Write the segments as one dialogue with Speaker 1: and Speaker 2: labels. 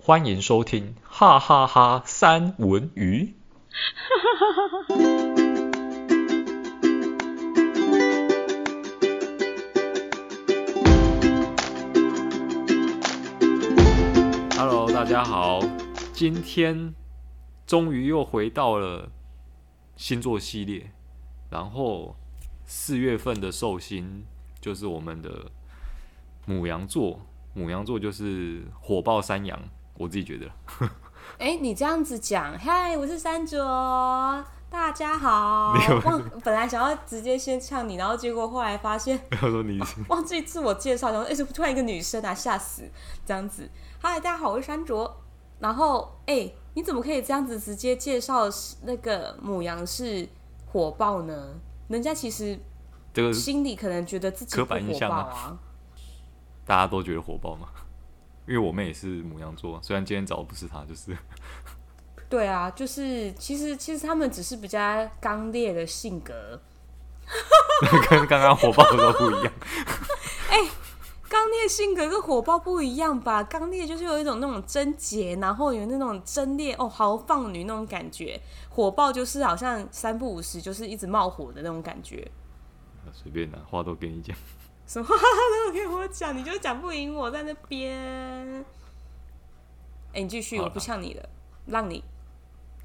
Speaker 1: 欢迎收听哈哈哈三文鱼。Hello，大家好，今天终于又回到了星座系列，然后四月份的寿星就是我们的母羊座，母羊座就是火爆山羊，我自己觉得。
Speaker 2: 哎、你这样子讲，嗨，我是山卓，大家好
Speaker 1: 你有。
Speaker 2: 忘本来想要直接先呛你，然后结果后来发现
Speaker 1: 他说你
Speaker 2: 忘记自我介绍，然后哎，怎么突然一个女生啊，吓死！这样子，嗨，大家好，我是山卓。然后哎、你怎么可以这样子直接介绍那个母羊是火爆呢？人家其实
Speaker 1: 这个
Speaker 2: 心里可能觉得自己
Speaker 1: 刻
Speaker 2: 不
Speaker 1: 板印
Speaker 2: 火
Speaker 1: 象
Speaker 2: 爆
Speaker 1: 啊
Speaker 2: 啊。
Speaker 1: 大家都觉得火爆嘛，因为我妹也是母羊座，虽然今天早不是她，就是
Speaker 2: 对啊，就是其实其实他们只是比较刚烈的性格，
Speaker 1: 跟刚刚火爆的时候不一样。
Speaker 2: 刚烈性格跟火爆不一样吧？刚烈就是有一种那种贞洁，然后有那种贞烈哦豪放女那种感觉，火爆就是好像三不五时就是一直冒火的那种感觉。
Speaker 1: 随便啦、话都跟你讲。
Speaker 2: 什么话 都给我讲，你就讲不赢我在那边。哎、你继续，
Speaker 1: 好
Speaker 2: 我
Speaker 1: 啦
Speaker 2: 不呛你了，让你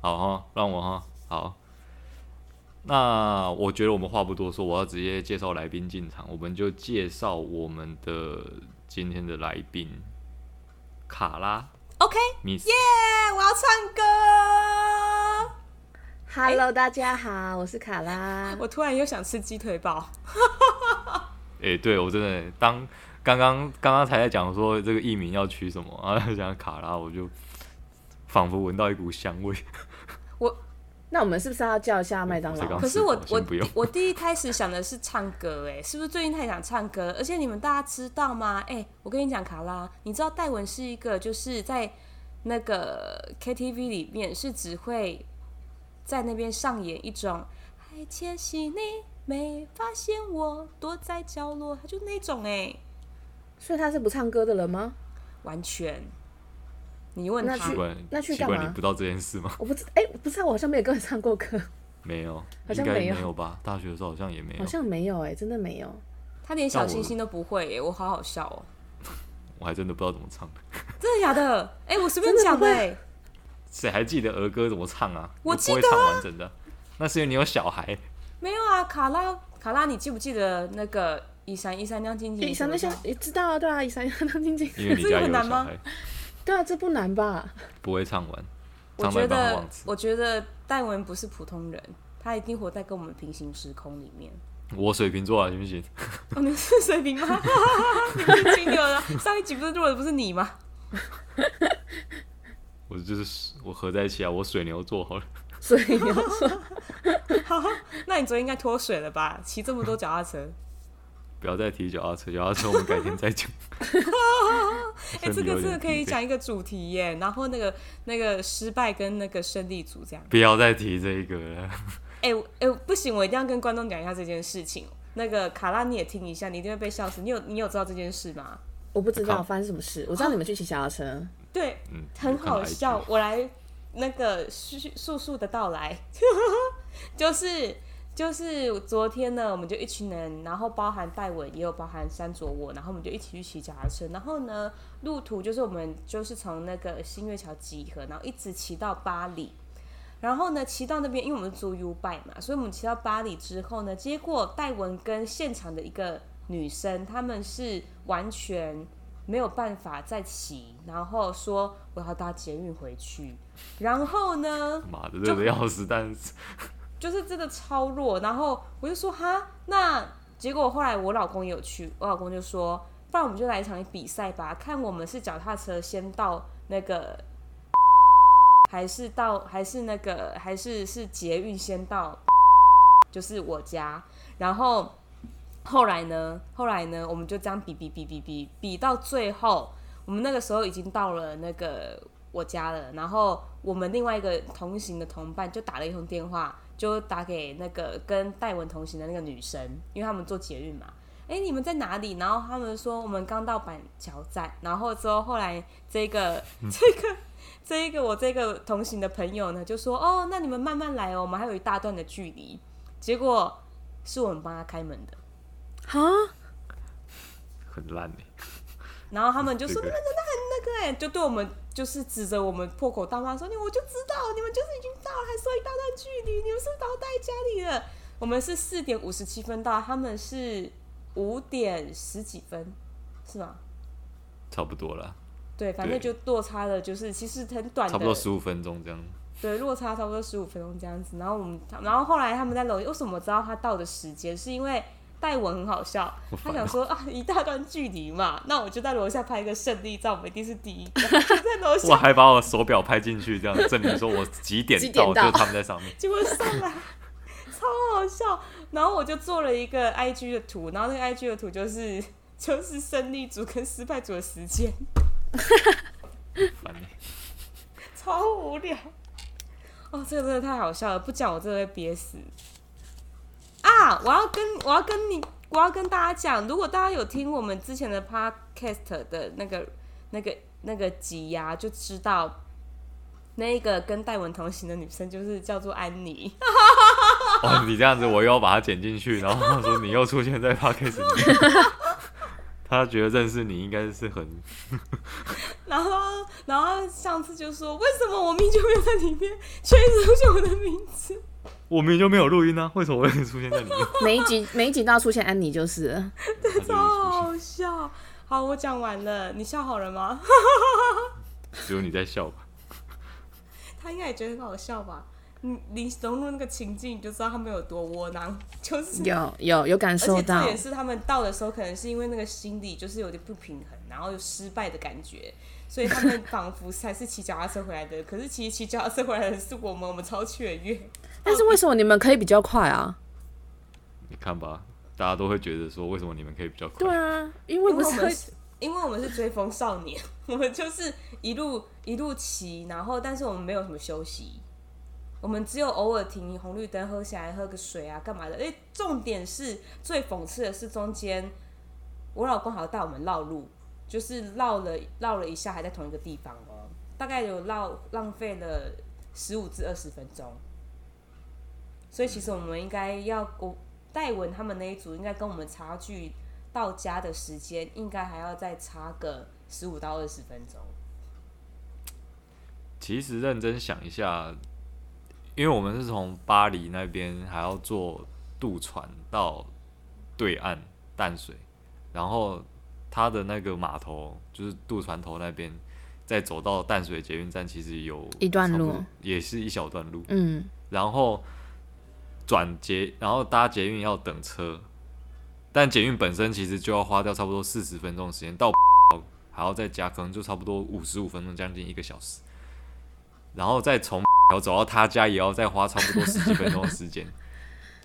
Speaker 1: 好哈，让我哈好。那我觉得我们话不多说，我要直接介绍来宾进场，我们就介绍我们的今天的来宾卡拉
Speaker 2: OK。
Speaker 1: Miss。
Speaker 2: 耶、我要唱歌。
Speaker 3: Hello，大家好，我是卡拉。
Speaker 2: 我突然又想吃鸡腿堡。
Speaker 1: 诶，对我真的当刚刚刚刚才在讲说这个艺名要取什么，然后讲卡拉，我就仿佛闻到一股香味。
Speaker 3: 那我们是不是要叫一下麦当
Speaker 1: 我
Speaker 3: 劳
Speaker 1: 刚？
Speaker 2: 可是我
Speaker 1: 先
Speaker 2: 我
Speaker 1: 不用
Speaker 2: 我第一开始想的是唱歌，哎，是不是最近太想唱歌？而且你们大家知道吗？哎、我跟你讲，卡拉，你知道戴文是一个就是在那个 KTV 里面是只会在那边上演一种还窃喜你没发现我躲在角落，他就那种哎、
Speaker 3: 所以他是不唱歌的人吗？
Speaker 2: 完全。你问
Speaker 3: 那
Speaker 2: 他
Speaker 1: 奇
Speaker 3: 去
Speaker 1: 怪，
Speaker 3: 那去
Speaker 1: 奇
Speaker 3: 干
Speaker 1: 怪，
Speaker 3: 嘛
Speaker 1: 你不知道这件事吗？
Speaker 3: 我不知，哎、我不知道，我好像没有跟你唱过歌，
Speaker 1: 没有，
Speaker 3: 好
Speaker 1: 应
Speaker 3: 像
Speaker 1: 该
Speaker 3: 没有
Speaker 1: 没有吧？大学的时候好像也没有
Speaker 3: 好。像没有、哎，真的没有。
Speaker 2: 他连
Speaker 1: 那
Speaker 2: 小
Speaker 1: 我
Speaker 2: 星星都不会、哎，我好好笑哦、
Speaker 1: 我还真的不知道怎么唱，
Speaker 2: 真的假的？哎、我随便
Speaker 3: 真的
Speaker 2: 讲
Speaker 3: 不
Speaker 2: 的、
Speaker 3: 会
Speaker 2: 哎。
Speaker 1: 谁还记得儿歌怎么唱啊？
Speaker 2: 我
Speaker 1: 又不会
Speaker 2: 记得
Speaker 1: 唱
Speaker 2: 啊
Speaker 1: 完整的，那是因为你有小孩。
Speaker 2: 没有啊，卡拉卡拉，你记不记得那个一闪一闪亮晶晶？
Speaker 3: 以前那些也知道啊，对啊，以前那张晶晶，
Speaker 1: 因为你
Speaker 2: 这个
Speaker 1: 家
Speaker 2: 很
Speaker 1: 有
Speaker 2: 难
Speaker 1: 小
Speaker 2: 吗
Speaker 1: 孩，
Speaker 3: 对啊，这不难吧？
Speaker 1: 不会唱完，
Speaker 2: 我
Speaker 1: 唱到
Speaker 2: 觉
Speaker 1: 一半会
Speaker 2: 得
Speaker 1: 忘词。
Speaker 2: 我觉得戴文不是普通人，他一定活在跟我们平行时空里面。
Speaker 1: 我水瓶座啊，行不行？
Speaker 2: 哦，你是水瓶吗？ 你不是金牛的？上一集不是录的不是你吗？
Speaker 1: 我就是我合在一起啊，我水牛座好了。
Speaker 3: 所以你要说，
Speaker 2: 那你昨天应该脱水了吧？骑这么多脚 踏车，
Speaker 1: 不要再提脚踏车，脚踏车我们改天再 讲。
Speaker 2: 哎、这个这个可以讲一个主题耶。然后那个那个失败跟那个胜利组这样。
Speaker 1: 不要再提这个了。
Speaker 2: 哎、我哎、不行，我一定要跟观众讲一下这件事情。那个卡拉你也听一下，你一定会被笑死。你有你有知道这件事吗？
Speaker 3: 我不知
Speaker 1: 靠
Speaker 3: 道发生什么事。我知道你们去骑小踏车，
Speaker 2: 对，
Speaker 1: 嗯，
Speaker 2: 很好笑
Speaker 1: 我。
Speaker 2: 我来那个叙述述的到来， 就是就是昨天呢，我们就一群人，然后包含戴文，也有包含山卓我，然后我们就一起去骑脚踏车。然后呢，路途就是我们就是从那个新月桥集合，然后一直骑到巴黎。然后呢，骑到那边，因为我们是租 U bike 嘛，所以我们骑到巴黎之后呢，结果戴文跟现场的一个女生，他们是完全没有办法再骑，然后说我要搭捷运回去。然后呢，
Speaker 1: 看到 IG 妈的，热的要死，但是
Speaker 2: 就是真的超弱。然后我就说哈，那结果后来我老公也有去，我老公就说，不然我们就来一场比赛吧，看我们是脚踏车先到那个，还是到还是那个还是是捷运先到，就是我家。然后后来呢，后来呢，我们就这样比比比比比比到最后，我们那个时候已经到了那个我家了，然后我们另外一个同行的同伴就打了一通电话，就打给那个跟戴文同行的那个女生，因为他们做捷运嘛，哎、你们在哪里？”然后他们说：“我们刚到板桥站。”然后之后后来这个这个这一个我这个同行的朋友呢，就说：“哦，那你们慢慢来哦，我们还有一大段的距离。”结果是我们帮他开门的。
Speaker 3: 哈，
Speaker 1: 很烂哎、
Speaker 2: 然后他们就说：“
Speaker 1: 这
Speaker 2: 你
Speaker 1: 个
Speaker 2: 们真的很那个哎、就对我们就是指着我们破口大骂说：“你我就知道你们就是已经到了，还说一大段距离，你们是不是倒带家里了？”我们是四点五十七分到，他们是五点十几分，是吗？
Speaker 1: 差不多了，
Speaker 2: 对，反正
Speaker 1: 对
Speaker 2: 就落差了，就是其实很短的，
Speaker 1: 差不多十五分钟这样。
Speaker 2: 对，落差差不多十五分钟这样子。然后我们，然后后来他们在楼，为什么我知道他到的时间？是因为戴文很好笑，他想说啊，一大段距离嘛，那我就在楼下拍一个胜利照，我们一定是第一个，就在楼
Speaker 1: 我
Speaker 2: 下，
Speaker 1: 还把我手表拍进去，这样证明说我几点
Speaker 3: 几点
Speaker 1: 到，
Speaker 3: 到
Speaker 1: 就他们在上面。
Speaker 2: 结果上来超好笑。然后我就做了一个 IG 的图，然后那个 IG 的图就是 就是胜利组跟失败组的时间，
Speaker 1: 烦欸
Speaker 2: 超无聊。哦，这个真的太好笑了，不讲我真的会憋死。啊，我要跟我要跟你，我要跟大家讲，如果大家有听我们之前的 podcast 的那个那个那个集呀、就知道那个跟戴文同行的女生就是叫做安妮。
Speaker 1: 哦，你这样子我又要把它剪进去，然后他说你又出现在 podcast 里 面，他觉得认识你应该是很
Speaker 2: 然后，然后上次就说，为什么我明明就没有在里面，却一直出现我的名字？
Speaker 1: 我明明就没有录音啊，为什么会出现在 里面？
Speaker 3: 每一集每一集都要出现安妮就是了。
Speaker 1: 他就是
Speaker 2: 超
Speaker 1: 出现
Speaker 2: 好笑。好，我讲完了，你笑好了吗？
Speaker 1: 只有你在笑吧？
Speaker 2: 他应该也觉得很好笑吧？你你融入那个情境，你就知道他们有多窝囊， 就是。
Speaker 3: 有有有感
Speaker 2: 而且
Speaker 3: 受
Speaker 2: 重
Speaker 3: 到，
Speaker 2: 点是，他们到的时候，可能是因为那个心理就是有点不平衡，然后有失败的感觉，所以他们仿佛才是骑脚踏车回来的。可是其实骑脚踏车回来的是我们，我们超雀跃。
Speaker 3: 但是为什么你们可以比较快啊？
Speaker 1: 你看吧，大家都会觉得说为什么你们可以比较快？
Speaker 3: 对啊，因为
Speaker 2: 因为我
Speaker 3: 不是
Speaker 2: 们
Speaker 3: 会
Speaker 2: 是，因为我们是追风少年， 我们就是一路一路骑，然后但是我们没有什么休息，我们只有偶尔停红绿灯喝下来喝个水啊，干嘛的？哎，重点是最讽刺的是中间，我老公好像带我们绕路，就是绕了绕了一下，还在同一个地方哦，大概有绕浪费了十五至二十分钟，所以其实我们应该要我戴文他们那一组应该跟我们差距到家的时间应该还要再差个十五到二十分钟。
Speaker 1: 其实认真想一下，因为我们是从巴黎那边还要坐渡船到对岸淡水，然后它的那个码头就是渡船头那边，再走到淡水捷运站，其实有
Speaker 3: 一段
Speaker 1: 差不
Speaker 3: 路
Speaker 1: 多也是一小段路。
Speaker 3: 嗯，
Speaker 1: 然后转捷，然后搭捷运要等车，但捷运本身其实就要花掉差不多四十分钟的时间，到还要再加，可能就差不多五十五分钟，将近一个小时，然后再从然后走到他家也要再花差不多 十几分钟的时间。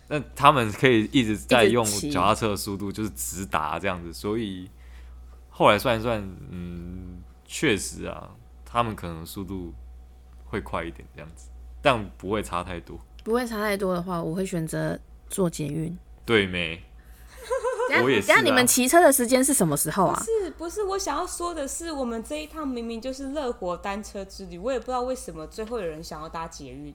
Speaker 1: 那他们可以一直在
Speaker 3: 一直
Speaker 1: 用
Speaker 3: 骑
Speaker 1: 脚踏车的速度，就是直达这样子，所以后来算一算，嗯，确实啊，他们可能速度会快一点这样子，但不会差太多。
Speaker 3: 不会差太多的话，我会选择坐捷运。
Speaker 1: 对没？
Speaker 3: 等下
Speaker 1: 我也是啊
Speaker 3: 等下你们骑车的时间是什么时候啊？
Speaker 2: 是不是我想要说的是，我们这一趟明明就是热火单车之旅，我也不知道为什么最后有人想要搭捷运。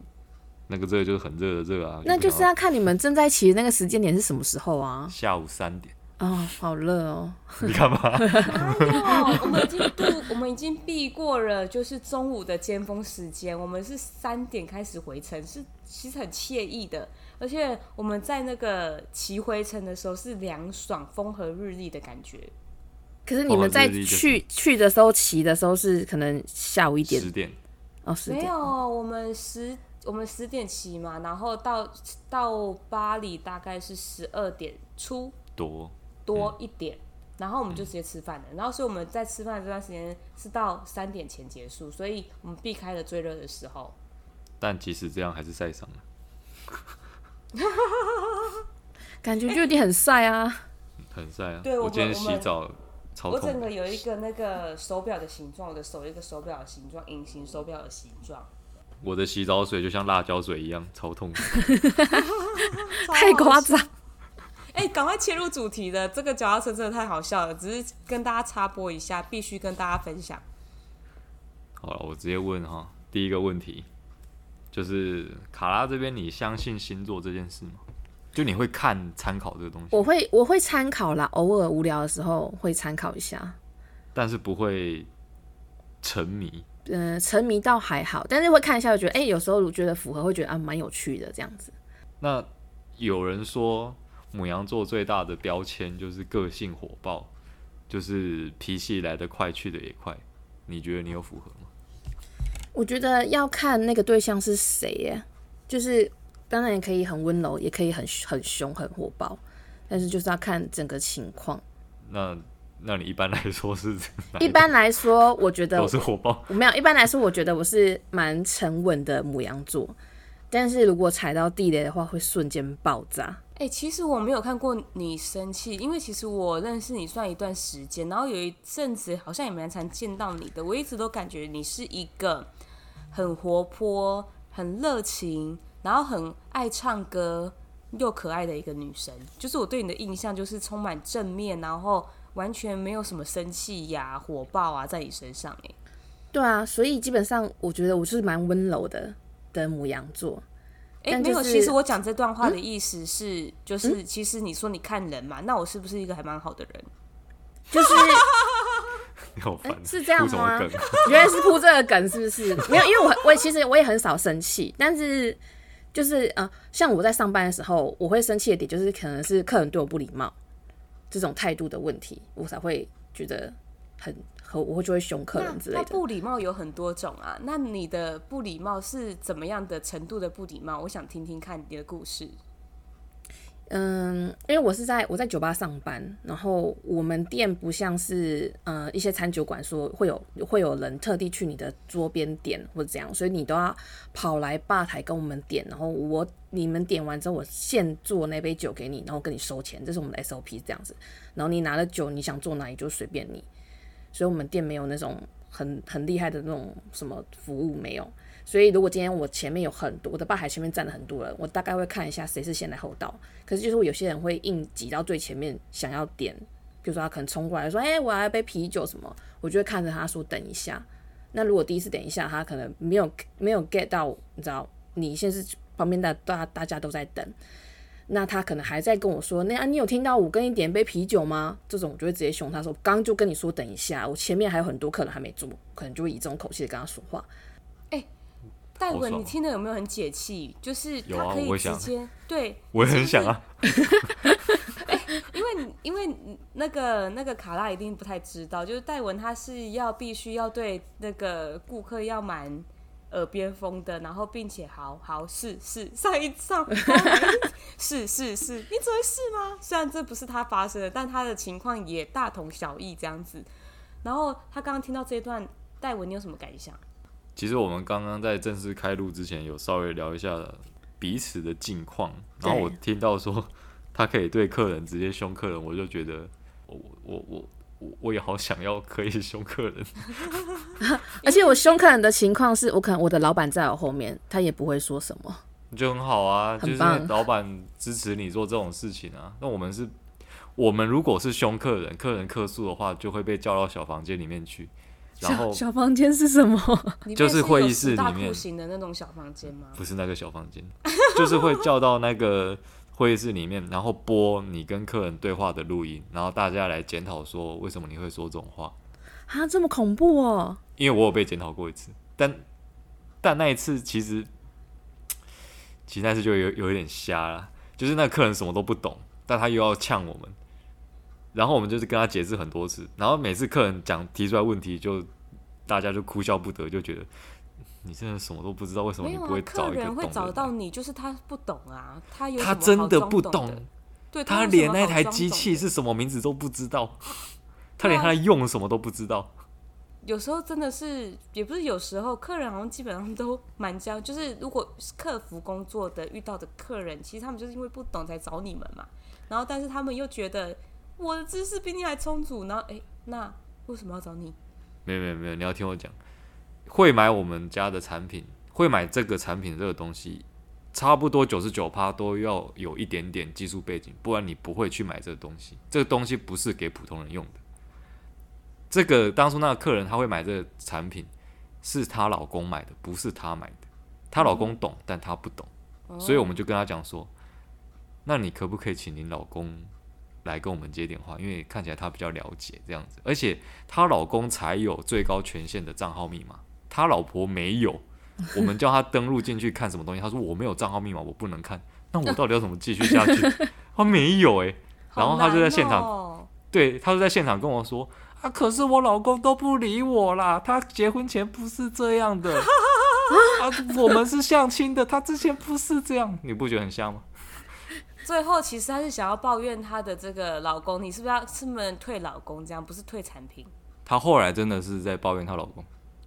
Speaker 1: 那个热就是很热的热啊，
Speaker 3: 那就是
Speaker 1: 有没有
Speaker 3: 要看你们正在骑的那个时间点是什么时候啊？
Speaker 1: 下午三 点，
Speaker 3: 哦，好热哦，
Speaker 1: 你干嘛？
Speaker 2: 哪哎有？我们已经度，我们已经避过了，就是中午的尖峰时间，我们是三点开始回程，是其实很惬意的，而且我们在那个骑回程的时候是凉爽、风和日丽的感觉。
Speaker 3: 可是你们在
Speaker 1: 哦日历就是
Speaker 3: 去去的时候骑的时候是可能下午一点
Speaker 1: 十点，
Speaker 3: 哦，十
Speaker 2: 没
Speaker 3: 点
Speaker 2: 有，我们十我们十点起嘛，然后到到巴黎大概是十二点出
Speaker 1: 多
Speaker 2: 多
Speaker 3: 嗯
Speaker 2: 一点，然后我们就直接吃饭了。然后所以我们在吃饭的这段时间是到三点前结束，所以我们避开了最热的时候。
Speaker 1: 但即使这样还是晒伤了。啊
Speaker 3: 感觉就有点很晒 啊。
Speaker 1: 很晒啊！
Speaker 2: 对
Speaker 1: 我
Speaker 2: 我们
Speaker 1: 今天
Speaker 2: 我
Speaker 1: 洗
Speaker 2: 们
Speaker 1: 澡超
Speaker 2: 我整
Speaker 1: 痛
Speaker 2: 个
Speaker 1: 的，
Speaker 2: 有一个那个手表的形状，我的手有一个手表的形状，隐形手表的形状，
Speaker 1: 我的洗澡水就像辣椒水一样超痛的。
Speaker 3: 太夸
Speaker 2: 超好
Speaker 3: 张
Speaker 2: 笑。哎、赶快切入主题了，这个脚踏车真的太好笑了，只是跟大家插播一下，必须跟大家分享。
Speaker 1: 好了，我直接问哈，第一个问题就是卡拉这边，你相信星座这件事吗？就你会看参考这个东西，
Speaker 3: 我会我会参考啦，偶尔无聊的时候会参考一下。
Speaker 1: 但是不会沉迷。
Speaker 3: 嗯、沉迷倒还好，但是会看一下，我觉得哎、有时候我觉得符合，会觉得啊蛮有趣的这样子。
Speaker 1: 那有人说母羊座最大的标签就是个性火爆，就是脾气来得快去得也快。你觉得你有符合吗？
Speaker 3: 我觉得要看那个对象是谁耶，就是当然也可以很温柔，也可以很很凶、很火爆，但是就是要看整个情况。
Speaker 1: 那那你一般来说是哪
Speaker 3: 一般来说，我觉得
Speaker 1: 都嗯是火爆，
Speaker 3: 我没有，一般来说，我觉得我是蛮沉稳的母羊座，但是如果踩到地雷的话，会瞬间爆炸。
Speaker 2: 哎、其实我没有看过你生气，因为其实我认识你算一段时间，然后有一阵子好像也蛮常见到你的，我一直都感觉你是一个很活泼、很热情，然后很爱唱歌又可爱的一个女生。就是我对你的印象就是充满正面，然后完全没有什么生气呀、火爆啊在你身上、哎，
Speaker 3: 对啊，所以基本上我觉得我是蛮温柔的的母羊座。
Speaker 2: 哎、
Speaker 3: 但
Speaker 2: 没有，
Speaker 3: 就是嗯
Speaker 2: 其实我讲这段话的意思是，就是其实你说你看人嘛，那我是不是一个还蛮好的人？
Speaker 3: 就是
Speaker 1: 你好烦、
Speaker 3: 哎是这样
Speaker 1: 出什么
Speaker 3: 吗
Speaker 1: 梗？
Speaker 3: 原来是铺这个梗，是不是？没有，因为我很我其实我也很少生气，但是就是呃，像我在上班的时候，我会生气的点就是可能是客人对我不礼貌这种态度的问题，我才会觉得很和我会就会凶客人之类
Speaker 2: 那
Speaker 3: 的。
Speaker 2: 不礼貌有很多种啊，那你的不礼貌是怎么样的程度的不礼貌？我想听听看你的故事。
Speaker 3: 嗯，因为我是在我在酒吧上班，然后我们店不像是呃一些餐酒馆说会有会有人特地去你的桌边点或者怎样，所以你都要跑来吧台跟我们点，然后我你们点完之后，我现做那杯酒给你，然后跟你收钱，这是我们的 SOP 这样子。然后你拿了酒，你想坐哪里就随便你，所以我们店没有那种很很厉害的那种什么服务没有。所以如果今天我前面有很多，我的吧台前面站了很多人，我大概会看一下谁是先来后到。可是就是我有些人会硬挤到最前面，想要点，比如说他可能冲过来说：“哎、我要一杯啤酒什么？”我就会看着他说：“等一下。”那如果第一次等一下，他可能没有没有 get 到，你知道，你现在是旁边的大大家都在等，那他可能还在跟我说：“那、啊、你有听到我跟你点一杯啤酒吗？”这种我就会直接凶他说：“刚就跟你说等一下，我前面还有很多客人还没做，可能就会以这种口气的跟他说话。”
Speaker 2: 戴
Speaker 1: 好
Speaker 2: 文，
Speaker 1: 爽哦
Speaker 2: 你听的有没有很解气？就是
Speaker 1: 有啊
Speaker 2: 他可以
Speaker 1: 我
Speaker 2: 直
Speaker 1: 想
Speaker 2: 接、对，
Speaker 1: 我也很想啊。
Speaker 2: 因为你因为你那个那个卡拉一定不太知道，就是戴文他是要必须要对那个顾客要蛮耳边风的，然后并且好好是是上一上是是是，你只会是吗？虽然这不是他发生的，但他的情况也大同小异这样子。然后他刚刚听到这一段，戴文你有什么感想？
Speaker 1: 其实我们刚刚在正式开录之前，有稍微聊一下彼此的近况，
Speaker 3: 对
Speaker 1: 然后我听到说他可以对客人直接凶客人，我就觉得我我我我我也好想要可以凶客人，
Speaker 3: 而且我凶客人的情况是我可能我的老板在我后面，他也不会说什么。
Speaker 1: 就很好啊，就
Speaker 3: 很
Speaker 1: 是
Speaker 3: 棒
Speaker 1: 老板支持你做这种事情啊。那我们是，我们如果是凶客人，客人客诉的话，就会被叫到小房间里面去，然后
Speaker 3: 小房间是什么？
Speaker 2: 里面
Speaker 1: 就是
Speaker 2: 是
Speaker 1: 会
Speaker 2: 有
Speaker 1: 议室
Speaker 2: 十大
Speaker 1: 里面
Speaker 2: 酷刑的那种小房间吗？
Speaker 1: 不是那个小房间， 就是会叫到那个会议室里面，然后播你跟客人对话的录音，然后大家来检讨说为什么你会说这种话。
Speaker 3: 啊，这么恐怖哦！
Speaker 1: 因为我有被检讨过一次，但但那一次其实，其实那次就有有一点瞎了，就是那个客人什么都不懂，但他又要呛我们，然后我们就是跟他解释很多次，然后每次客人讲提出来问题就，大家就哭笑不得，就觉得你真的什么都不知道，为什么
Speaker 2: 没
Speaker 1: 你
Speaker 2: 有
Speaker 1: 不
Speaker 2: 啊
Speaker 1: 会，
Speaker 2: 客
Speaker 1: 找一个
Speaker 2: 人
Speaker 1: 懂的
Speaker 2: 会
Speaker 1: 人
Speaker 2: 找到
Speaker 1: 来
Speaker 2: 你，就是他不懂啊，他有什
Speaker 1: 他
Speaker 2: 么
Speaker 1: 真
Speaker 2: 好
Speaker 1: 的
Speaker 2: 装
Speaker 1: 不
Speaker 2: 懂的
Speaker 1: 懂，
Speaker 2: 对
Speaker 1: 他
Speaker 2: 有什么
Speaker 1: 连
Speaker 2: 好
Speaker 1: 那台
Speaker 2: 装
Speaker 1: 机
Speaker 2: 懂
Speaker 1: 器
Speaker 2: 的
Speaker 1: 是什么名字都不知道，他
Speaker 2: 对
Speaker 1: 连
Speaker 2: 啊
Speaker 1: 他在用什么都不知道。
Speaker 2: 有时候真的是，也不是有时候，客人好像基本上都蛮这样。就是如果是客服工作的遇到的客人，其实他们就是因为不懂才找你们嘛。然后，但是他们又觉得我的知识比你还充足，然后诶，那为什么要找你？
Speaker 1: 没有没有没有，你要听我讲。会买我们家的产品，会买这个产品这个东西，
Speaker 4: 差不多九十九趴都要有一点点技术背景，不然你不会去买这个东西。这个东西不是给普通人用的。这个当初那个客人他会买这个产品，是她老公买的，不是她买的。她老公懂，但她不懂，所
Speaker 2: 哦
Speaker 4: 以我们就跟她讲说，那你可不可以请您老公来跟我们接电话？因为看起来她比较了解这样子，而且她老公才有最高权限的账号密码，她老婆没有。我们叫她登录进去看什么东西，她说我没有账号密码，我不能看。那我到底要怎么继续下去？ 她没有诶、然后她就在现场
Speaker 2: 好难哦
Speaker 4: 对，他就在现场跟我说啊，可是我老公都不理我啦，他结婚前不是这样的， 啊，我们是相亲的，他之前不是这样，你不觉得很像吗？
Speaker 2: 最后其实她是想要抱怨她的这个老公，你是不是要是不能退老公这样，不是退产品？
Speaker 1: 她后来真的是在抱怨她老公，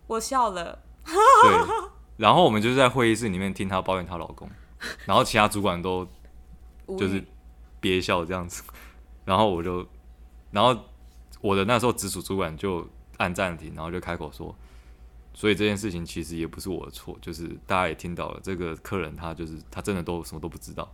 Speaker 2: 我笑了，
Speaker 1: 对，然后我们就在会议室里面听她抱怨她老公，然后其他主管都
Speaker 2: 无语
Speaker 1: 就是憋笑这样子，然后我就，然后我的那时候直属主管就按暂停，然后就开口说，所以这件事情其实也不是我的错，就是大家也听到了，这个客人他就是他真的都什么都不知道，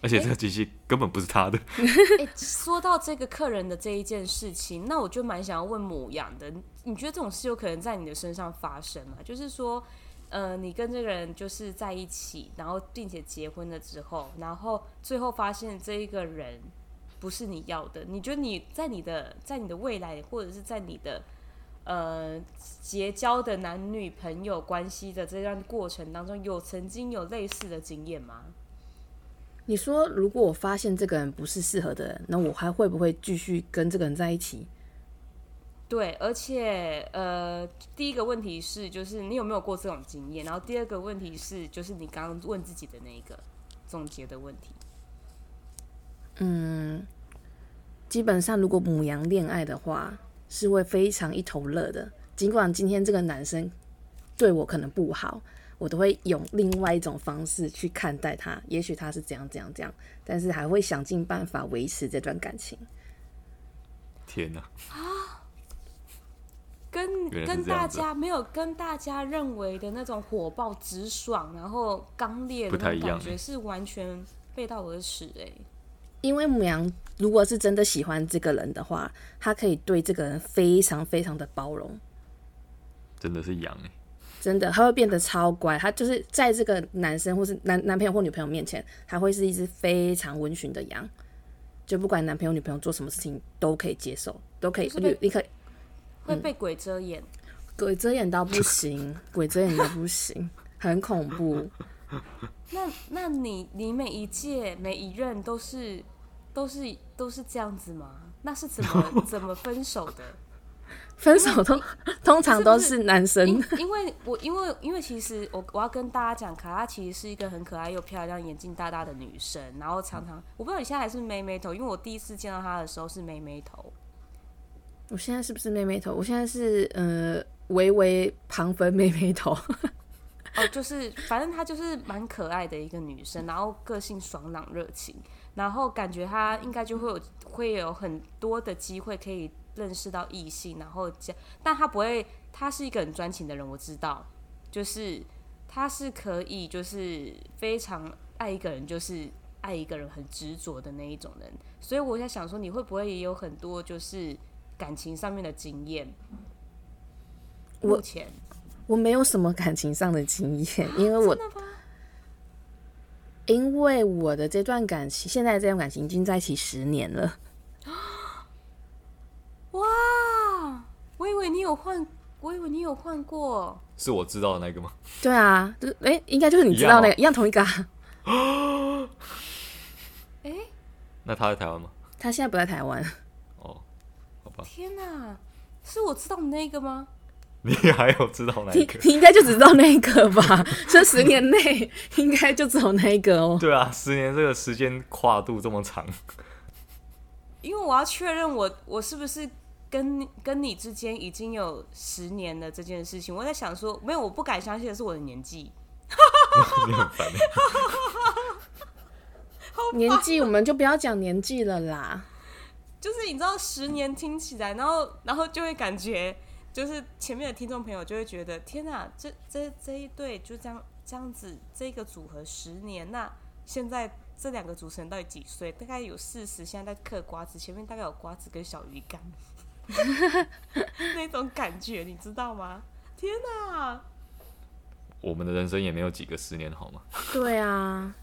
Speaker 1: 而且这个机器根本不是他的，
Speaker 2: 哎、说到这个客人的这一件事情，那我就蛮想要问母羊的，你觉得这种事有可能在你的身上发生吗？就是说，呃，你跟这个人就是在一起，然后并且结婚了之后，然后最后发现这一个人不是你要的，你觉得你在你的在你的未来，或者是在你的呃结交的男女朋友关系的这段过程当中，有曾经有类似的经验吗？
Speaker 3: 你说，如果我发现这个人不是适合的人，那我还会不会继续跟这个人在一起？
Speaker 2: 对，而且呃，第一个问题是，就是你有没有过这种经验？然后第二个问题是，就是你刚刚问自己的那一个总结的问题。
Speaker 3: 基本上，如果母羊恋爱的话，是会非常一头热的。尽管今天这个男生对我可能不好，我都会用另外一种方式去看待他。也许他是怎样怎样怎样，但是还会想尽办法维持这段感情。
Speaker 1: 天哪！
Speaker 2: 跟
Speaker 1: 原来是
Speaker 2: 跟
Speaker 1: 这样
Speaker 2: 大
Speaker 1: 子
Speaker 2: 家没有跟大家认为的那种火爆、直爽，然后刚烈
Speaker 1: 不
Speaker 2: 的
Speaker 1: 太
Speaker 2: 那
Speaker 1: 一
Speaker 2: 种感
Speaker 1: 样欸
Speaker 2: 觉是完全背道而驰哎、
Speaker 3: 因为母羊如果是真的喜欢这个人的话，他可以对这个人非常非常的包容。
Speaker 1: 真的是羊哎、
Speaker 3: 真的，他会变得超乖。他就是在这个男生或是男男朋友或女朋友面前，他会是一只非常温驯的羊，就不管男朋友女朋友做什么事情都可以接受，都可以，
Speaker 2: 就是被
Speaker 3: 你你可以
Speaker 2: 会
Speaker 1: 嗯
Speaker 2: 被鬼遮眼。
Speaker 3: 鬼遮眼到不行，鬼遮眼到不行，很恐怖。
Speaker 2: 那那你你每一届每一任都是都是都是这样子吗？那是怎 么怎么分手的？
Speaker 3: 分手通通常都是男生
Speaker 2: 因，因为我因为因为其实我我要跟大家讲，卡拉其实是一个很可爱又漂亮、眼睛大大的女生，然后常常我不知道你现在还是妹妹头，因为我第一次见到她的时候是妹妹头，
Speaker 3: 我现在是不是妹妹头？我现在是呃微微旁分妹妹头，
Speaker 2: 哦，就是反正她就是蛮可爱的一个女生，然后个性爽朗热情，然后感觉她应该就会有会有很多的机会可以认识到异性，然后这样，但她不会，她是一个很专情的人，我知道，就是她是可以就是非常爱一个人，就是爱一个人很执着的那一种人，所以我在想说，你会不会也有很多就是感情上面的经验？
Speaker 3: 我
Speaker 2: 目前
Speaker 3: 我没有什么感情上的经验，因为我
Speaker 2: 真的吗？
Speaker 3: 因为我的这段感情，现在的这段感情已经在一起十年了。
Speaker 2: 哇，我以为你有换，我以为你有换过，
Speaker 1: 是我知道的那个吗？
Speaker 3: 对啊，就是哎、应该就是你知道那个一样同一个、啊。
Speaker 2: 哎、
Speaker 1: 那他在台湾吗？
Speaker 3: 他现在不在台湾，啊
Speaker 1: 哦，好吧，
Speaker 2: 天哪，是我知道你那个吗？
Speaker 1: 你还有知道哪一
Speaker 3: 你
Speaker 1: 个？
Speaker 3: 你 应该就只知道那一个吧？ 这十年内应该就只有那一个哦。
Speaker 1: 对啊，十年这个时间跨度这么长，
Speaker 2: 因为我要确认我我是不是跟你跟你之间已经有十年了这件事情。我在想说，没有，我不敢相信的是我的年纪。
Speaker 1: 你很烦欸。
Speaker 3: 年纪我们就不要讲年纪了啦。
Speaker 2: 就是你知道，十年听起来，然后然后就会感觉，就是前面的听众朋友就会觉得，天哪，这这这一对就这样这样子这个组合十年，那现在这两个主持人到底几岁？大概有四十，现在在嗑瓜子，前面大概有瓜子跟小鱼干，那种感觉你知道吗？天哪！
Speaker 1: 我们的人生也没有几个十年好吗？
Speaker 3: 对啊，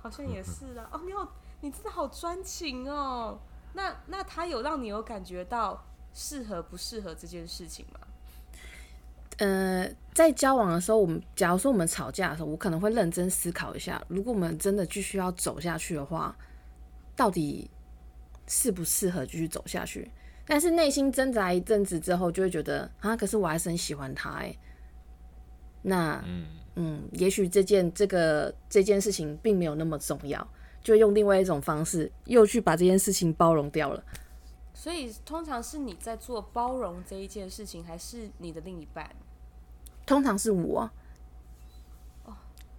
Speaker 2: 好像也是啊。哦，你好，你真的好专情哦。那那他有让你有感觉到适合不适合这件事情吗？
Speaker 3: 呃，在交往的时候，我们假如说我们吵架的时候，我可能会认真思考一下，如果我们真的继续要走下去的话，到底适不适合继续走下去？但是内心挣扎一阵子之后，就会觉得啊，可是我还是很喜欢他哎、那
Speaker 1: 嗯，
Speaker 3: 嗯，也许这件这个这件事情并没有那么重要，就用另外一种方式又去把这件事情包容掉了。
Speaker 2: 所以通常是你在做包容这一件事情，还是你的另一半？
Speaker 3: 通常是我，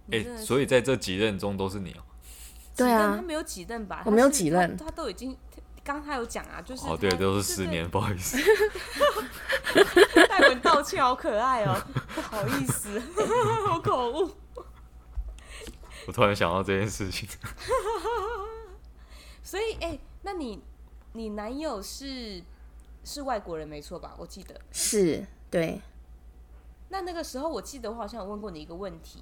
Speaker 2: 你
Speaker 1: 哎、
Speaker 2: 真的是
Speaker 1: 所以在这几任中都是你哦、
Speaker 2: 几
Speaker 3: 对
Speaker 2: 任
Speaker 3: 啊
Speaker 2: 他没有几任吧？
Speaker 3: 我
Speaker 2: 他
Speaker 3: 没有
Speaker 2: 是
Speaker 3: 几
Speaker 2: 他
Speaker 3: 任
Speaker 2: 他都已经，刚刚他有讲啊，就是
Speaker 1: 哦，对，
Speaker 2: 他
Speaker 1: 都是
Speaker 2: 对
Speaker 1: 十
Speaker 2: 对
Speaker 1: 年，不好意思。
Speaker 2: 戴文道歉，好可爱 哦，不好意思， 好口误。
Speaker 1: 我突然想到这件事情，
Speaker 2: 所以，哎、那你你男友是是外国人没错吧？我记得。
Speaker 3: 是对，
Speaker 2: 那那个时候，我记得我好像有问过你一个问题，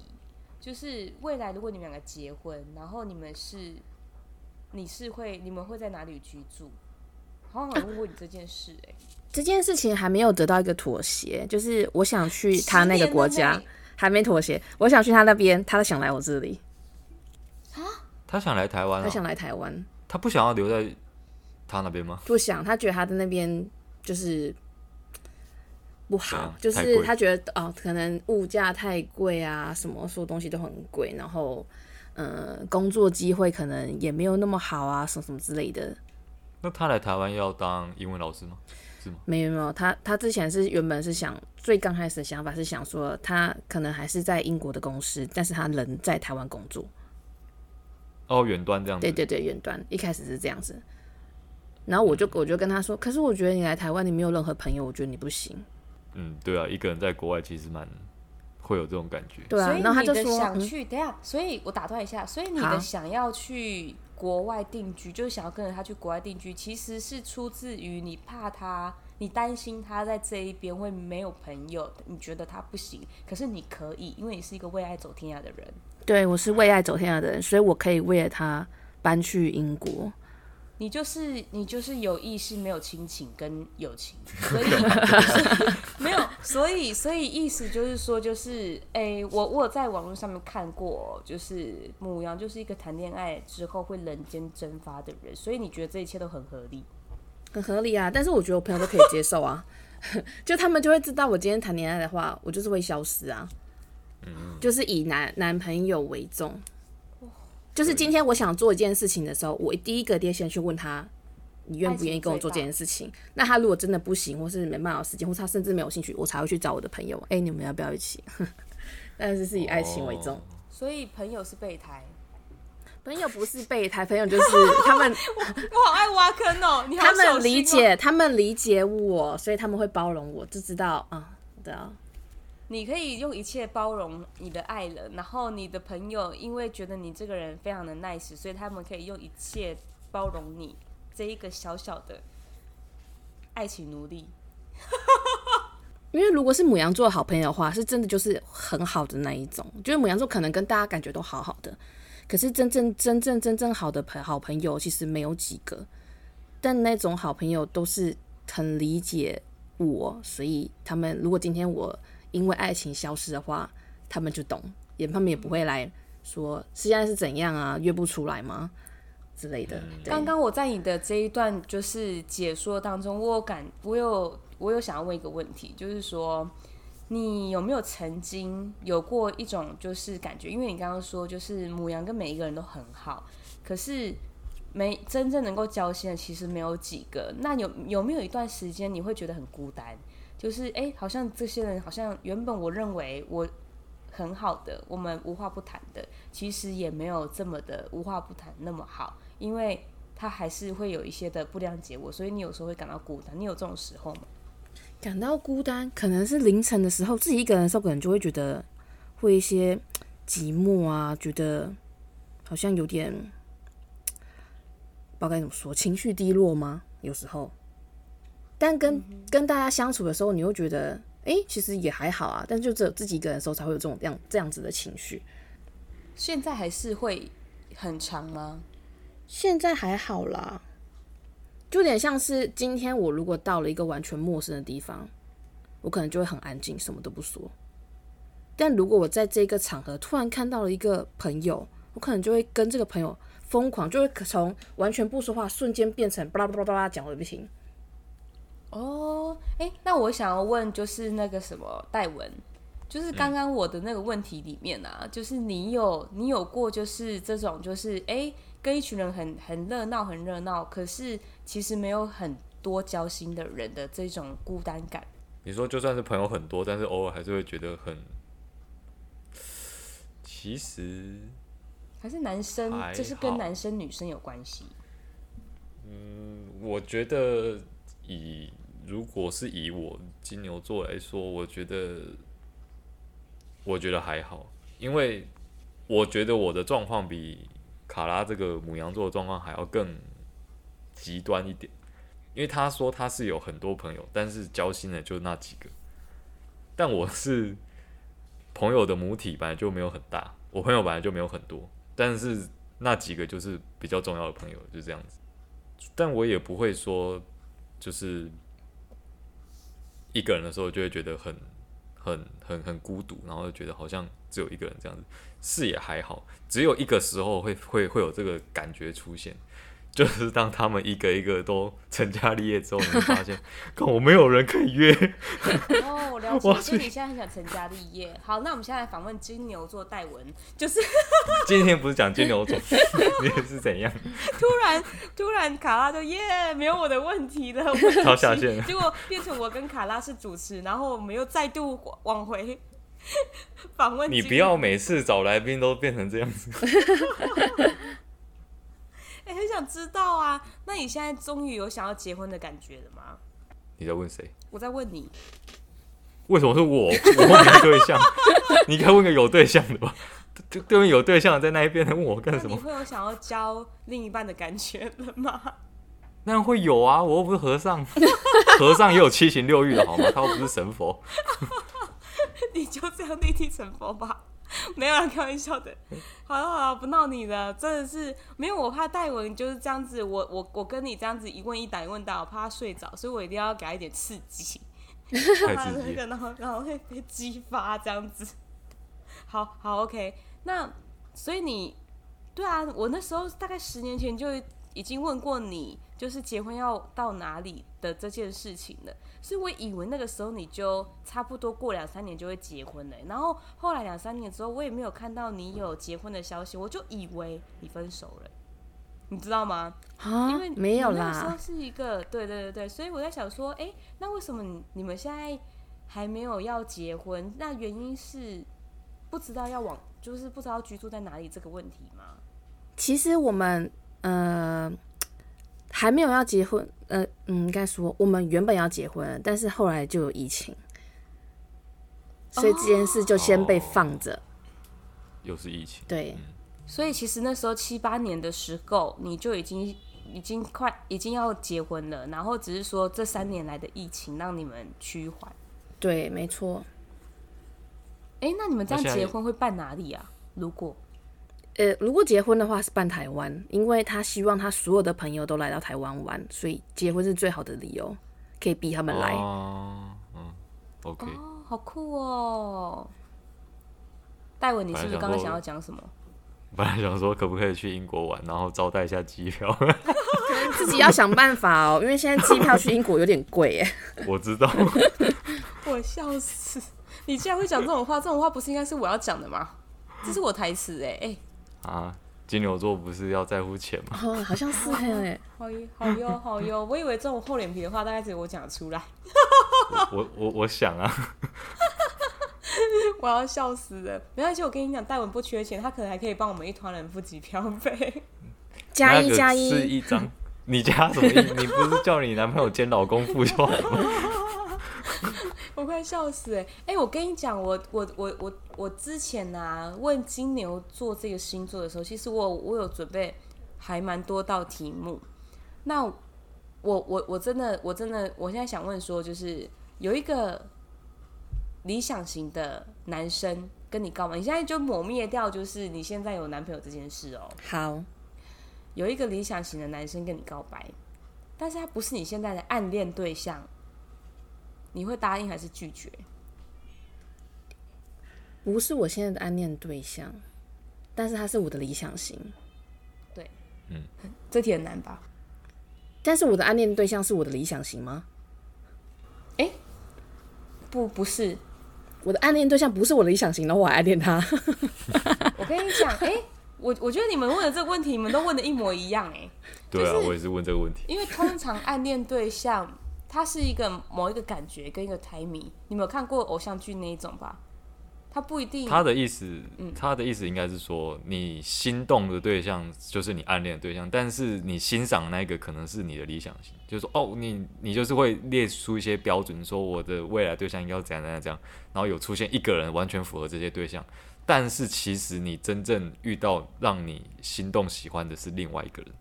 Speaker 2: 就是未来如果你们两个结婚，然后你们是你是会你们会在哪里居住？好像有问过你这件事、哎、
Speaker 3: 这件事情还没有得到一个妥协，就是我想去他那个国
Speaker 2: 十
Speaker 3: 家
Speaker 2: 年，
Speaker 3: 还没妥协。我想去他那边，他想来我这里，
Speaker 1: 他想来台湾、
Speaker 3: 他
Speaker 1: 啊，
Speaker 3: 想来台湾，
Speaker 1: 他不想要留在他那边吗？
Speaker 3: 不想，他觉得他在那边就是不
Speaker 1: 对
Speaker 3: 好
Speaker 1: 啊，
Speaker 3: 就
Speaker 1: 太
Speaker 3: 是
Speaker 1: 贵
Speaker 3: 他觉得哦，可能物价太贵啊，什么所有东西都很贵，然后嗯、呃工作机会可能也没有那么好啊，什么什么之类的。
Speaker 1: 那他来台湾要当英文老师吗？是吗？
Speaker 3: 没有没有，他他之前是原本是想最刚开始的想法是想说他可能还是在英国的公司，但是他人在台湾工作。
Speaker 1: 哦，远端这样子。
Speaker 3: 对对对，远端一开始是这样子。然后我就我就跟他说，可是我觉得你来台湾，你没有任何朋友，我觉得你不行。
Speaker 1: 嗯，对啊，一个人在国外其实蛮会有这种感觉。
Speaker 3: 对啊
Speaker 2: 所，以
Speaker 3: 然后他
Speaker 2: 你
Speaker 3: 就
Speaker 2: 的
Speaker 3: 说，
Speaker 2: 想
Speaker 3: 嗯，
Speaker 2: 去，等一下，所以我打断一下，所以你
Speaker 3: 好
Speaker 2: 的想要去国外定居，就是想要跟着他去国外定居，其实是出自于你怕他，你担心他在这一边会没有朋友，你觉得他不行，可是你可以，因为你是一个为爱走天涯的人。
Speaker 3: 对我是为爱走天涯的人，所以我可以为了他搬去英国。
Speaker 2: 你就是你就是有意识没有亲情跟友情，所以所以 没有，所以所以意思就是说，就是诶、我我有在网络上面看过，就是母羊就是一个谈恋爱之后会人间蒸发的人，所以你觉得这一切都很合理。
Speaker 3: 很合理啊，但是我觉得我朋友都可以接受啊， 就他们就会知道我今天谈恋爱的话，我就是会消失啊，就是以男男朋友为重，哦就是今天我想做一件事情的时候，我第一个先先去问他，你愿不愿意跟我做这件事情？那他如果真的不行，或是没办法有时间，或是他甚至没有兴趣，我才会去找我的朋友，哎、你们要不要一起？ 但是是以爱情为重，
Speaker 1: 哦
Speaker 2: 所以朋友是备胎，
Speaker 3: 朋友不是备胎，朋友 就是他们
Speaker 2: 我好爱挖坑哦、你好
Speaker 3: 他
Speaker 2: 小心哦
Speaker 3: 们理解，他们理解我，所以他们会包容我，就知道啊，对啊，
Speaker 2: 你可以用一切包容你的爱人，然后你的朋友因为觉得你这个人非常的 nice，所以他们可以用一切包容你这一个小小的爱情奴隶。
Speaker 3: 因为如果是母羊座的好朋友的话，是真的就是很好的那一种，就是母羊座可能跟大家感觉都好好的，可是真正真正真正好的朋好朋友其实没有几个，但那种好朋友都是很理解我，所以他们如果今天我因为爱情消失的话，他们就懂，也他们也不会来说现在是怎样啊，约不出来吗之类的。对
Speaker 2: 刚刚我在你的这一段就是解说当中，我有感，我有我有想要问一个问题，就是说你有没有曾经有过一种就是感觉？因为你刚刚说就是母羊跟每一个人都很好，可是没真正能够交心的其实没有几个。那有有没有一段时间你会觉得很孤单？就是哎、诶好像这些人好像原本我认为我很好的，我们无话不谈的，其实也没有这么的无话不谈那么好，因为他还是会有一些的不良结果，所以你有时候会感到孤单。你有这种时候吗？
Speaker 3: 感到孤单，可能是凌晨的时候，自己一个人的时候，可能就会觉得会一些寂寞啊，觉得好像有点不知道该怎么说，情绪低落吗？有时候，但跟、跟大家相处的时候，你会觉得，诶，其实也还好啊。但就只有自己一个人的时候，才会有这种这样这样子的情绪。
Speaker 2: 现在还是会很长吗？
Speaker 3: 现在还好啦，就有点像是今天我如果到了一个完全陌生的地方，我可能就会很安静，什么都不说。但如果我在这个场合突然看到了一个朋友，我可能就会跟这个朋友疯狂，就会从完全不说话，瞬间变成巴拉巴拉巴拉讲我不停。
Speaker 2: 哦，哎，那我想要问，就是那个什么戴文，
Speaker 1: 嗯
Speaker 2: 就是刚刚我的那个问题里面啊，就是你有你有过就是这种就是哎、诶跟一群人很很热闹很热闹，可是其实没有很多交心的人的这种孤单感。
Speaker 1: 你说就算是朋友很多，但是偶尔还是会觉得很，其实
Speaker 2: 还是男生
Speaker 1: 还，
Speaker 2: 这是跟
Speaker 1: 好
Speaker 2: 男生女生有关系。
Speaker 1: 我觉得以如果是以我金牛座来说，我觉得我觉得还好，因为我觉得我的状况比卡拉这个母羊座的状况还要更极端一点，因为他说他是有很多朋友，但是交心的就那几个，但我是朋友的母体本来就没有很大，我朋友本来就没有很多，但是那几个就是比较重要的朋友，就这样子。但我也不会说，就是一个人的时候就会觉得很、很、很、很孤独，然后就觉得好像只有一个人这样子，是也还好，只有一个时候会会会有这个感觉出现，就是当他们一个一个都成家立业之后，你会发现，看我没有人可以约，
Speaker 2: 哦，我了解，
Speaker 1: 哇
Speaker 2: 所以你现在很想成家立业。好，那我们现在来访问金牛座戴文，就是
Speaker 1: 今天不是讲金牛座， 你是怎样？
Speaker 2: 突然突然卡拉就耶，没有我的问题 了，我
Speaker 1: 超下线了
Speaker 2: 结果变成我跟卡拉是主持，然后我们又再度往回 访问
Speaker 1: 你
Speaker 2: 金
Speaker 1: 不要每次找来宾都变成这样子。
Speaker 2: 哎、很想知道啊。那你现在终于有想要结婚的感觉了吗？
Speaker 1: 你在问谁？
Speaker 2: 我在问 你，
Speaker 1: 为什么是我？ 我没对象， 你应该问个有对象的吧？对对面有对象的在那一边问我干
Speaker 2: 那
Speaker 1: 什
Speaker 2: 你
Speaker 1: 么？
Speaker 2: 会有想要交另一半的感觉了吗？
Speaker 1: 那会有啊，我又不是和尚， 和尚也有七情六欲的好吗？他又不是神 佛。
Speaker 2: 你就这样立地成佛吧。 没有啦，开玩笑的。好了好了，不闹你了，真的是没有。我怕戴文就是这样子，我我我跟你这样子一问一答一问一答，我怕他睡着，所以我一定要给他一点刺激，
Speaker 1: 太
Speaker 2: 让他
Speaker 1: 刺
Speaker 2: 那
Speaker 1: 激了
Speaker 2: 个，然后然后会被激发这样子。好好，OK。那所以你对啊，我那时候大概十年前就已经问过你，就是结婚要到哪里的这件事情了。所以我以为那个时候你就差不多过两三年就会结婚了欸、然后后来两三年之后，我也没有看到你有结婚的消息，我就以为你分手了，欸你知道吗？
Speaker 3: 啊
Speaker 2: 因为，
Speaker 3: 没有
Speaker 2: 你那个时候
Speaker 3: 啦，
Speaker 2: 是一个对对对对，所以我在想说，哎、那为什么你你们现在还没有要结婚？那原因是不知道要往，就是不知道居住在哪里这个问题吗？
Speaker 3: 其实我们呃还没有要结婚，呃嗯，应该说我们原本要结婚了，但是后来就有疫情，所以这件事就先被放着。
Speaker 1: 又是疫情，
Speaker 3: 对，
Speaker 2: 所以其实那时候七八年的时候，你就已经已经快已经要结婚了，然后只是说这三年来的疫情让你们趋缓。
Speaker 3: 对，没错。
Speaker 2: 哎，那你们这
Speaker 1: 那
Speaker 2: 样
Speaker 1: 现在
Speaker 2: 结婚会办哪里啊？如果
Speaker 3: 呃，如果结婚的话是办台湾，因为他希望他所有的朋友都来到台湾玩，所以结婚是最好的理由，可以逼他们来。
Speaker 1: 哦，嗯，OK，
Speaker 2: 哦，好酷哦！戴文，你是不是刚刚想要讲什么？
Speaker 1: 本来想说可不可以去英国玩，然后招待一下机票，
Speaker 3: 自己要想办法哦，因为现在机票去英国有点贵耶。
Speaker 1: 我知道，
Speaker 2: 我笑死！你竟然会讲这种话，这种话不是应该是我要讲的吗？这是我台词哎、哎，
Speaker 1: 啊，金牛座不是要在乎钱吗？
Speaker 3: 哦，好像是哎，
Speaker 2: 好哟好哟好哟！我以为这种厚脸皮的话，大概只有我讲得出来。
Speaker 1: 我我我想啊，
Speaker 2: 我要笑死了！没关系，我跟你讲，戴文不缺钱，他可能还可以帮我们一团人付机票费。
Speaker 3: 加一
Speaker 1: 那个
Speaker 3: 加
Speaker 1: 是
Speaker 3: 一，
Speaker 1: 一张，你加什么一？你不是叫你男朋友兼老公付就好了吗？
Speaker 2: 我快笑死哎、欸！哎、我跟你讲，我我我我我之前啊问金牛座这个星座的时候，其实我我有准备还蛮多道题目。那我我我真的我真的我现在想问说，就是有一个理想型的男生跟你告白，你现在就抹灭掉就是你现在有男朋友这件事哦、
Speaker 3: 好，
Speaker 2: 有一个理想型的男生跟你告白，但是他不是你现在的暗恋对象，你会答应还是拒绝？
Speaker 3: 不是我现在的暗恋对象，但是他是我的理想型。
Speaker 2: 这题很难吧？
Speaker 3: 但是我的暗恋对象是我的理想型吗？
Speaker 2: 不，不是。
Speaker 3: 我的暗恋对象不是我的理想型，然后我还暗恋他。
Speaker 2: 我跟你 讲，哎、我我觉得你们问的这个问题，你们都问的一模一样、哎，
Speaker 1: 对啊
Speaker 2: 就，是
Speaker 1: 我也是问这个问题。
Speaker 2: 因为通常暗恋对象，他是一个某一个感觉跟一个台迷，你们有看过偶像剧那一种吧？他不一定，
Speaker 1: 他的意思，
Speaker 2: 嗯
Speaker 1: 他的意思应该是说，你心动的对象就是你暗恋的对象，但是你欣赏的那个可能是你的理想型，就是说，哦，你你就是会列出一些标准，说我的未来对象应该要怎样怎样怎样，然后有出现一个人完全符合这些对象，但是其实你真正遇到让你心动喜欢的是另外一个人，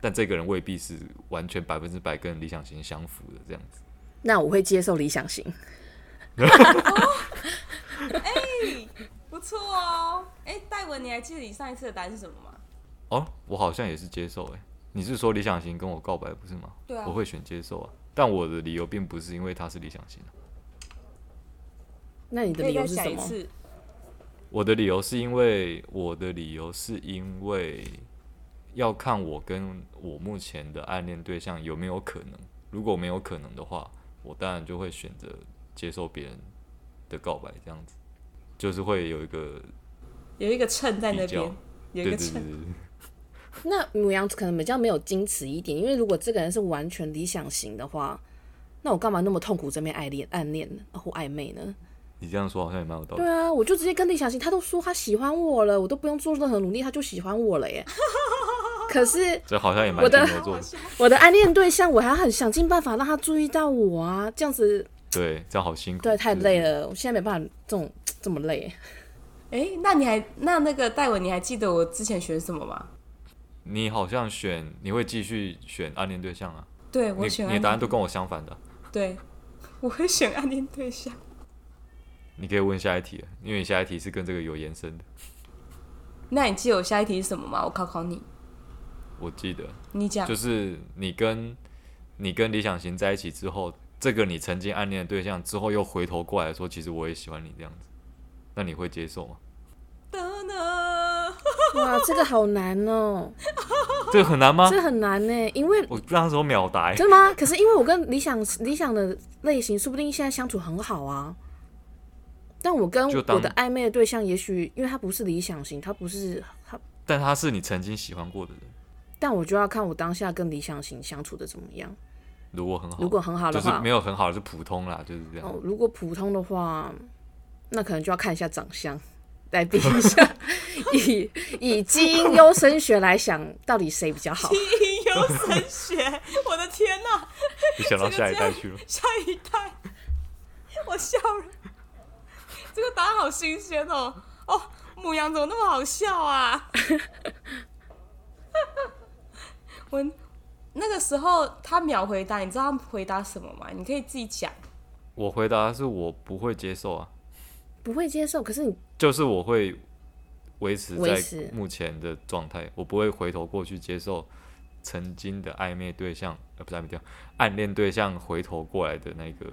Speaker 1: 但这个人未必是完全百分之百跟理想型相符的这样子。
Speaker 3: 那我会接受理想型。
Speaker 2: 不错哦。哎、戴文，你还记得你上一次的答案是什么吗？
Speaker 1: 哦，我好像也是接受诶、欸你是说理想型跟我告白不是吗？
Speaker 2: 对啊
Speaker 1: 我会选接受啊，但我的理由并不是因为他是理想型啊、
Speaker 3: 那你的
Speaker 2: 可以
Speaker 3: 理由
Speaker 2: 再
Speaker 3: 是
Speaker 2: 想
Speaker 3: 什
Speaker 2: 一
Speaker 3: 么？
Speaker 2: 次。
Speaker 1: 我的理由是因为我的理由是因为要看我跟我目前的暗恋对象有没有可能，如果没有可能的话，我当然就会选择接受别人的告白，这样子就是会有一个
Speaker 2: 有一个秤在那
Speaker 1: 比较
Speaker 2: 边，
Speaker 1: 对
Speaker 2: 有一
Speaker 1: 对
Speaker 2: 个
Speaker 1: 对
Speaker 2: 秤
Speaker 1: 对。对
Speaker 3: 那母羊可能比较没有矜持一点，因为如果这个人是完全理想型的话，那我干嘛那么痛苦这边爱恋、暗恋呢或暧昧呢？
Speaker 1: 你这样说好像也蛮有道理
Speaker 3: 对。啊，我就直接跟理想型，他都说他喜欢我了，我都不用做任何努力，他就喜欢我了耶。 可是
Speaker 1: 这好像也蛮
Speaker 3: 我
Speaker 1: 金
Speaker 3: 的
Speaker 1: 牛座的，
Speaker 3: 我的暗恋对象，我还要很想尽办法让他注意到我啊，这样子
Speaker 1: 对，这样好辛苦，
Speaker 3: 对太累
Speaker 1: 了。
Speaker 3: 了，我现在没办法这种这么累。
Speaker 2: 哎、那你还那那个戴文，你还记得我之前选什么吗？
Speaker 1: 你好像选，你会继续选暗恋对象啊？
Speaker 2: 对我
Speaker 1: 你
Speaker 2: 选
Speaker 1: 你的答案都跟我相反的，啊
Speaker 2: 对，我会选暗恋对象。
Speaker 1: 你可以问下一题了，因为你下一题是跟这个有延伸的。
Speaker 2: 那你记得我下一题是什么吗？我考考你，
Speaker 1: 我记得
Speaker 2: 你讲
Speaker 1: 就。是你跟你跟理想型在一起之后，这个你曾经暗恋的对象之后又回头过来说，其实我也喜欢你这样子，那你会接受吗？
Speaker 2: 得呢？
Speaker 3: 哇，这个好难哦、
Speaker 1: 这个很难吗
Speaker 3: 这？很难呢、欸因 为
Speaker 1: 我那时候秒答、欸，
Speaker 3: 真的吗？可是因为我跟理想理想的类型，说不定现在相处很好啊。但我跟
Speaker 1: 就
Speaker 3: 我
Speaker 1: 当
Speaker 3: 的暧昧的对象，也许因为他不是理想型，他不是他，
Speaker 1: 但他是你曾经喜欢过的人，
Speaker 3: 但我就要看我当下跟理想型相处的怎么样。
Speaker 1: 如果很好，
Speaker 3: 如果很好
Speaker 1: 就
Speaker 3: 的
Speaker 1: 是
Speaker 3: 话，
Speaker 1: 没有很好，是普通啦，就是这样。
Speaker 3: 哦，如果普通的话，那可能就要看一下长相来比一 下，以以基因优生学来想，到底谁比较好？
Speaker 2: 引优神学，我的天哪、
Speaker 1: 就想到
Speaker 2: 这个
Speaker 1: 下一
Speaker 2: 这
Speaker 1: 代
Speaker 2: 样
Speaker 1: 去了。
Speaker 2: 下一代， 我笑了。这个答案好新鲜哦！哦，母羊怎么那么好笑啊？ 我那个时候他秒回答，你知道他回答什么吗？你可以自己讲。
Speaker 1: 我回答是我不会接受啊。
Speaker 3: 不会接受，可是你
Speaker 1: 就是我会维持
Speaker 3: 维
Speaker 1: 在
Speaker 3: 持
Speaker 1: 目前的状态，我不会回头过去接受曾经的暧昧对象，呃，不是暧昧对象，暗恋对象回头过来的那个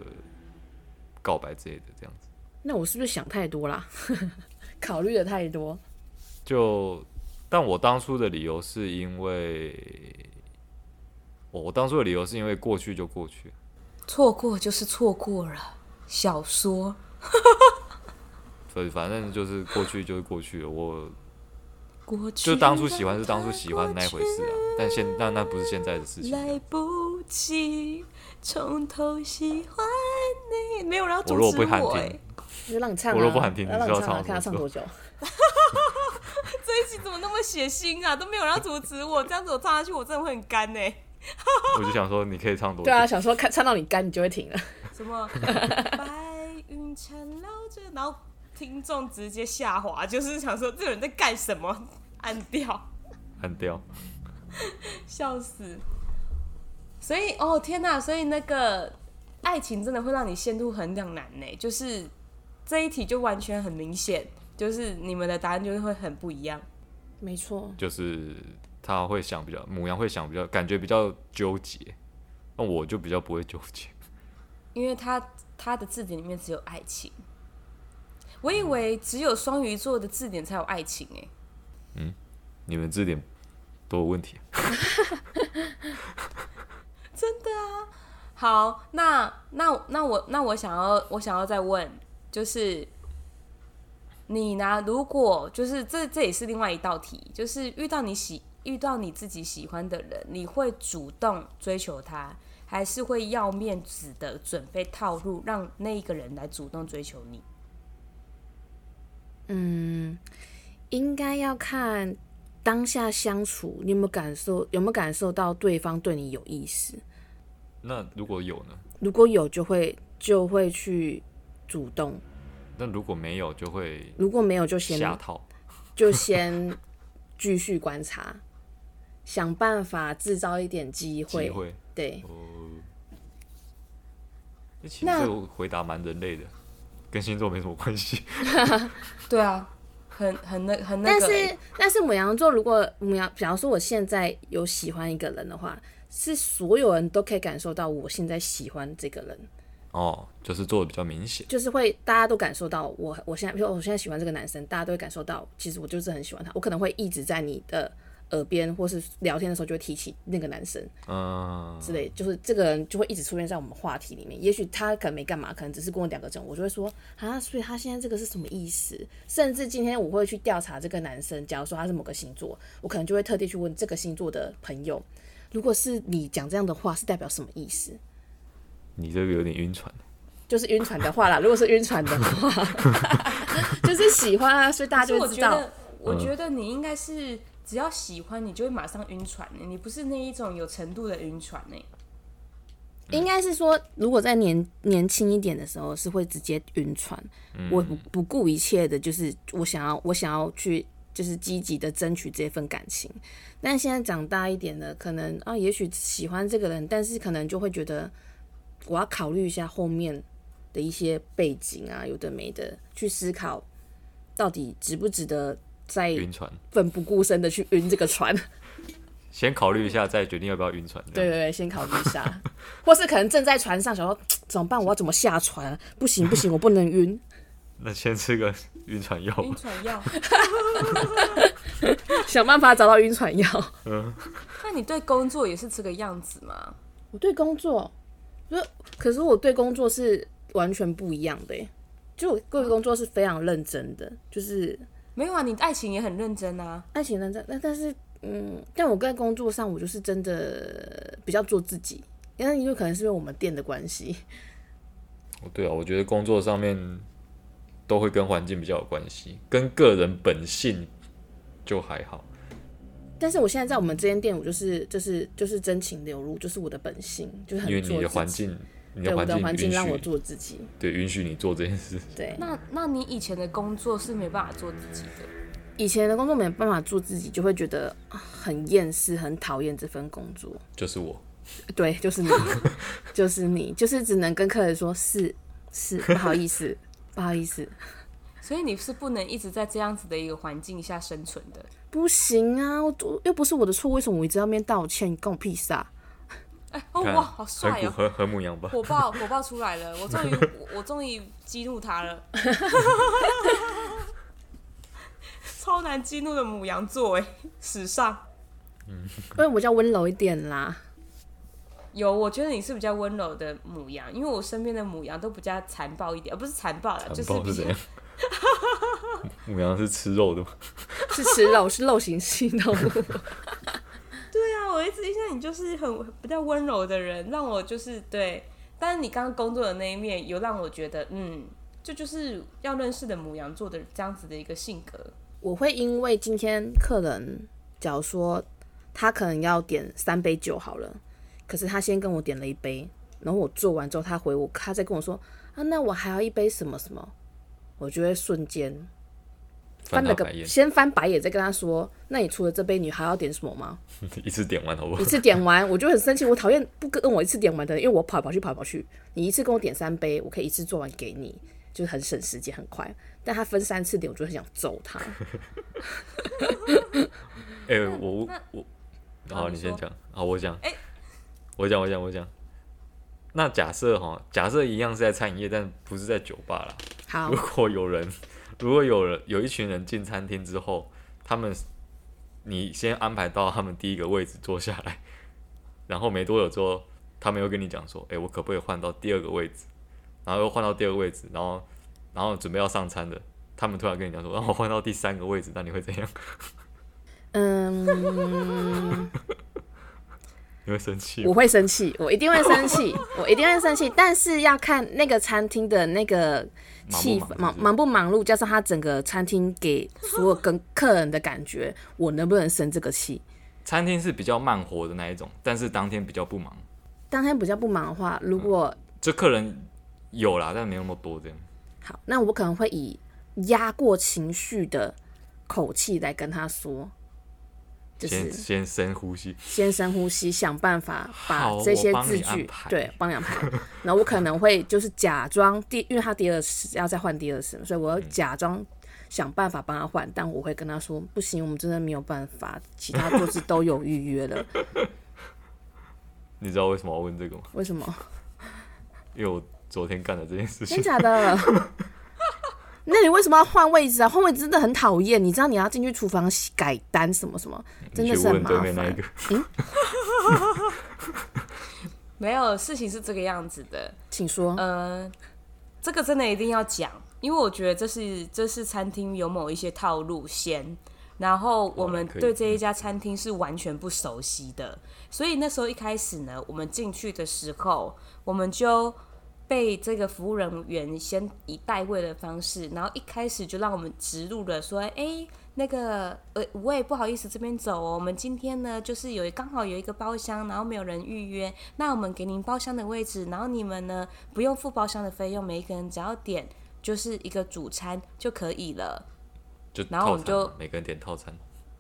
Speaker 1: 告白之类的，这样子
Speaker 3: 那我是不是想太多啦？ 考虑的太多。
Speaker 1: 就。但我当初的理由是因为，我我当初的理由是因为过去就过去，
Speaker 2: 错过就是错过了，小说
Speaker 1: 所以反正就是过去就是过去了，我
Speaker 2: 过去
Speaker 1: 就当初喜欢是当初
Speaker 2: 让它
Speaker 1: 喜欢那一回事啊
Speaker 2: 过，
Speaker 1: 但现那那不是现在的事
Speaker 2: 去
Speaker 1: 情啊，
Speaker 2: 来不及从头喜欢你，没有人要
Speaker 1: 我
Speaker 2: 阻
Speaker 1: 如果
Speaker 2: 止
Speaker 1: 不喊
Speaker 2: 我、
Speaker 1: 停
Speaker 2: 欸。。
Speaker 3: 就让你唱、啊，
Speaker 1: 我若不喊停
Speaker 3: 要让
Speaker 1: 你知道
Speaker 3: 唱、啊，
Speaker 1: 唱
Speaker 3: 看他
Speaker 1: 什
Speaker 3: 唱
Speaker 1: 么
Speaker 3: 多久。
Speaker 2: 这一集怎么那么血腥啊？都没有人要阻止我，这样子我唱下去我真的会很干呢、欸
Speaker 1: 我就想说你可以唱多久
Speaker 3: 啊对？啊，想说看唱到你干，你就会停了。
Speaker 2: 什么白风缠绕着，然后听众直接下滑，就是想说这个人在干什么，按掉，
Speaker 1: 按掉。
Speaker 2: 笑死。所以哦天哪，所以那个爱情真的会让你陷入很两难呢，就是这一题就完全很明显，就是你们的答案就会很不一样。
Speaker 3: 没错，
Speaker 1: 就是他会想比较，母羊会想比较，感觉比较纠结。那我就比较不会纠结，
Speaker 2: 因为他他的字典里面只有爱情。我以为只有双鱼座的字典才有爱情哎、
Speaker 1: 你们字典都有问题。
Speaker 2: 好，那那那我那我想要我想要再问，就是你呢？如果就是这这也是另外一道题，就是遇到你喜遇到你自己喜欢的人，你会主动追求他，还是会要面子的准备套路，让那一个人来主动追求你？
Speaker 3: 应该要看当下相处，你有没有感受，有没有感受到对方对你有意思？
Speaker 1: 那如果有呢？
Speaker 3: 如果有，就会就会去主动；
Speaker 1: 那如果没有，就会
Speaker 3: 如果没有，就先
Speaker 1: 下套。
Speaker 3: 就先继续观察，想办法制造一点机会。
Speaker 1: 机会哦
Speaker 3: 对，
Speaker 1: 欸其实
Speaker 2: 那
Speaker 1: 这个回答蛮人类的，跟星座没什么关系。
Speaker 2: 对啊，很很那很那
Speaker 3: 但
Speaker 2: 个欸、
Speaker 3: 是但是母羊座，如果母羊，假如说我现在有喜欢一个人的话，是所有人都可以感受到我现在喜欢这个人，
Speaker 1: 哦，就是做的比较明显。
Speaker 3: 就是会大家都感受到我，我现在，比如说我现在喜欢这个男生，大家都会感受到，其实我就是很喜欢他，我可能会一直在你的耳边或是聊天的时候就会提起那个男生，
Speaker 1: 嗯，
Speaker 3: 之类，就是这个人就会一直出现在我们话题里面。也许他可能没干嘛，可能只是跟我两个钟，我就会说啊，所以他现在这个是什么意思？甚至今天我会去调查这个男生，假如说他是某个星座，我可能就会特地去问这个星座的朋友，如果是你讲这样的话，是代表什么意思？
Speaker 1: 你这个有点晕船。
Speaker 3: 就是晕船的话啦，如果是晕船的话， 就是喜欢啊，所以大家
Speaker 2: 可是
Speaker 3: 就
Speaker 2: 我
Speaker 3: 会知
Speaker 2: 觉
Speaker 3: 道
Speaker 2: 得，我觉得你应该是只要喜欢你就会马上晕船欸、你不是那一种有程度的晕船欸呢、
Speaker 3: 应该是说，如果在年年轻一点的时候，是会直接晕船。我不不顾一切的，就是我想要，我想要去，就是积极的争取这份感情。但现在长大一点了，可能啊，也许喜欢这个人，但是可能就会觉得，我要考虑一下后面的一些背景啊，有的没的，去思考到底值不值得再
Speaker 1: 晕船，
Speaker 3: 奋不顾身的去晕这个船。
Speaker 1: 先考虑一下，再决定要不要晕船。这
Speaker 3: 对
Speaker 1: 样，
Speaker 3: 对对，先考虑一下， 或是可能正在船上，想说嘖怎么办？我要怎么下船啊？不行不行，我不能晕。
Speaker 1: 那先吃个晕船药吧。
Speaker 2: 晕船药。
Speaker 3: 想办法找到晕船药。
Speaker 2: 那你对工作也是这个样子吗？
Speaker 3: 我对工作，可可是我对工作是完全不一样的耶，就我对工作是非常认真的，就是
Speaker 2: 没有啊，你爱情也很认真啊。
Speaker 3: 爱情认真，但但是嗯，但我在工作上我就是真的比较做自己，因为有可能是因为我们店的关系，
Speaker 1: 哦对啊，我觉得工作上面都会跟环境比较有关系，跟个人本性就还好。
Speaker 3: 但是我现在在我们这间店，我就是就是就是真情流露，就是我的本性，就是很
Speaker 1: 因为
Speaker 3: 做
Speaker 1: 你的
Speaker 3: 自
Speaker 1: 环
Speaker 3: 己
Speaker 1: 境，你
Speaker 3: 对我的环
Speaker 1: 环
Speaker 3: 境
Speaker 1: 境
Speaker 3: 让我
Speaker 1: 允许，
Speaker 3: 做自己。
Speaker 1: 对，允许你做这件事。
Speaker 3: 对，
Speaker 2: 那那你以前的工作是没办法做自己的，
Speaker 3: 以前的工作没办法做自己，就会觉得啊很厌世，很讨厌这份工作。
Speaker 1: 就是我，
Speaker 3: 对，就是你，就是你，就是只能跟客人说是是，不好意思，不好意思，
Speaker 2: 所以你是不能一直在这样子的一个环境下生存的。
Speaker 3: 不行啊，我我又不是我的错，为什么我一直要面道歉？关我屁事啊！
Speaker 2: 哦
Speaker 1: 看
Speaker 2: 哇，好
Speaker 1: 啊很
Speaker 2: 帅
Speaker 1: 古
Speaker 2: 哦！
Speaker 1: 和和母羊吧。
Speaker 2: 火爆 火爆出来了，我终于我我终于激怒他了，超难激怒的母羊座哎，史上
Speaker 3: 因为我比较温柔一点啦，
Speaker 2: 有，我觉得你是比较温柔的母羊，因为我身边的母羊都比较残暴一点，而呃不是残暴啦，就
Speaker 1: 残
Speaker 2: 是
Speaker 1: 暴
Speaker 2: 比
Speaker 1: 是
Speaker 2: 较
Speaker 1: 怎样？母羊是吃肉的吗？
Speaker 3: 是吃肉，是肉型性动物。
Speaker 2: 对啊，我一直印象你就是很比较温柔的人，让我就是对。但是你刚刚工作的那一面，有让我觉得，嗯，这就是要认识的母羊座的这样子的一个性格。
Speaker 3: 我会因为今天客人，假如说他可能要点三杯酒好了，可是他先跟我点了一杯，然后我做完之后，他回我，他再跟我说啊，那我还要一杯什么什么，我就会瞬间
Speaker 1: 翻
Speaker 3: 翻了
Speaker 1: 他
Speaker 3: 个
Speaker 1: 白眼，
Speaker 3: 先翻白眼，再跟他说，那你除了这杯，你还要点什么吗？
Speaker 1: 一次点完好不好
Speaker 3: 一？次点完，我就很生气，我讨厌不跟我一次点完的人，因为我跑来跑去跑来跑去。你一次跟我点三杯，我可以一次做完给你，就是很省时间，很快。但他分三次点，我就很想揍他。
Speaker 1: 哎、我
Speaker 2: 那
Speaker 1: 我，
Speaker 2: 好
Speaker 1: 好，
Speaker 2: 你
Speaker 1: 你先
Speaker 2: 说
Speaker 1: 讲，好，我讲，
Speaker 2: 哎
Speaker 1: 我讲，我讲，我讲。那假设哈，假设一样是在餐饮业，但不是在酒吧啦。
Speaker 3: 好
Speaker 1: 如，果有人， 如果有人有一群人进餐厅之后，他们你先安排到他们第一个位置坐下来， 然后没多久之后，他们又跟你讲说，哎、我可不可以换到第二个位置？然后又换到第二个位置，然后然后准备要上餐的，他们突然跟你讲说，让 哦我换到第三个位置，那你会怎样？
Speaker 3: 嗯，
Speaker 1: 你会生气
Speaker 3: 我
Speaker 1: 吗？
Speaker 3: 会生气，我一定会 生气，我一定会生气。但是要看那个餐厅的那个气
Speaker 1: 忙
Speaker 3: 氛
Speaker 1: 不忙
Speaker 3: 忙忙不忙碌，加上他整个餐厅给所有跟客人的感觉，我能不能生这个气？
Speaker 1: 餐厅是比较慢活的那一种，但是当天比较不忙，
Speaker 3: 当天比较不忙的话，如果
Speaker 1: 就客人有啦，但没那么多这样。
Speaker 3: 好，那我可能会以压过情绪的口气来跟他说，就
Speaker 1: 先
Speaker 3: 是
Speaker 1: 先深呼吸，
Speaker 3: 先深呼吸，想办法把
Speaker 1: 好
Speaker 3: 这些
Speaker 1: 我帮
Speaker 3: 字
Speaker 1: 你
Speaker 3: 句
Speaker 1: 安排
Speaker 3: 对帮你安排。 然后我可能会就是假装第，因为他第二次要再换第二次嘛，所以我要假装想办法帮他换，但我会跟他说不行，我们真的没有办法，其他桌子都有预约了，
Speaker 1: 你知道为什么要问这个吗？
Speaker 3: 为什么？
Speaker 1: 因为我昨天干的这件事
Speaker 3: 真
Speaker 1: 情，
Speaker 3: 假的？ 那你为什么要换位置啊？换位置真的很讨厌。你知道你要进去厨房洗改单什么什么，真
Speaker 1: 嗯
Speaker 3: 的
Speaker 1: 你去
Speaker 3: 是很
Speaker 1: 问
Speaker 3: 麻
Speaker 1: 对面那一
Speaker 3: 烦
Speaker 1: 个。。
Speaker 2: 没有，事情是这个样子的。
Speaker 3: 请说，
Speaker 2: 呃，这个真的一定要讲，因为我觉得这是这是餐厅有某一些套路先，然后我们
Speaker 1: 哦可以
Speaker 2: 对这一家餐厅是完全不熟悉的，所以那时候一开始呢，我们进去的时候，我们就被这个服务人员先以代位的方式，然后一开始就让我们植入了说，哎、那个呃，五位不好意思，这边走哦。我们今天呢，就是有刚好有一个包厢，然后没有人预约，那我们给您包厢的位置，然后你们呢不用付包厢的费用，每一个人只要点就是一个主餐就可以了。
Speaker 1: 就
Speaker 2: 然后
Speaker 1: 套
Speaker 2: 我们
Speaker 1: 餐嘛
Speaker 2: 就，
Speaker 1: 每个人点套餐，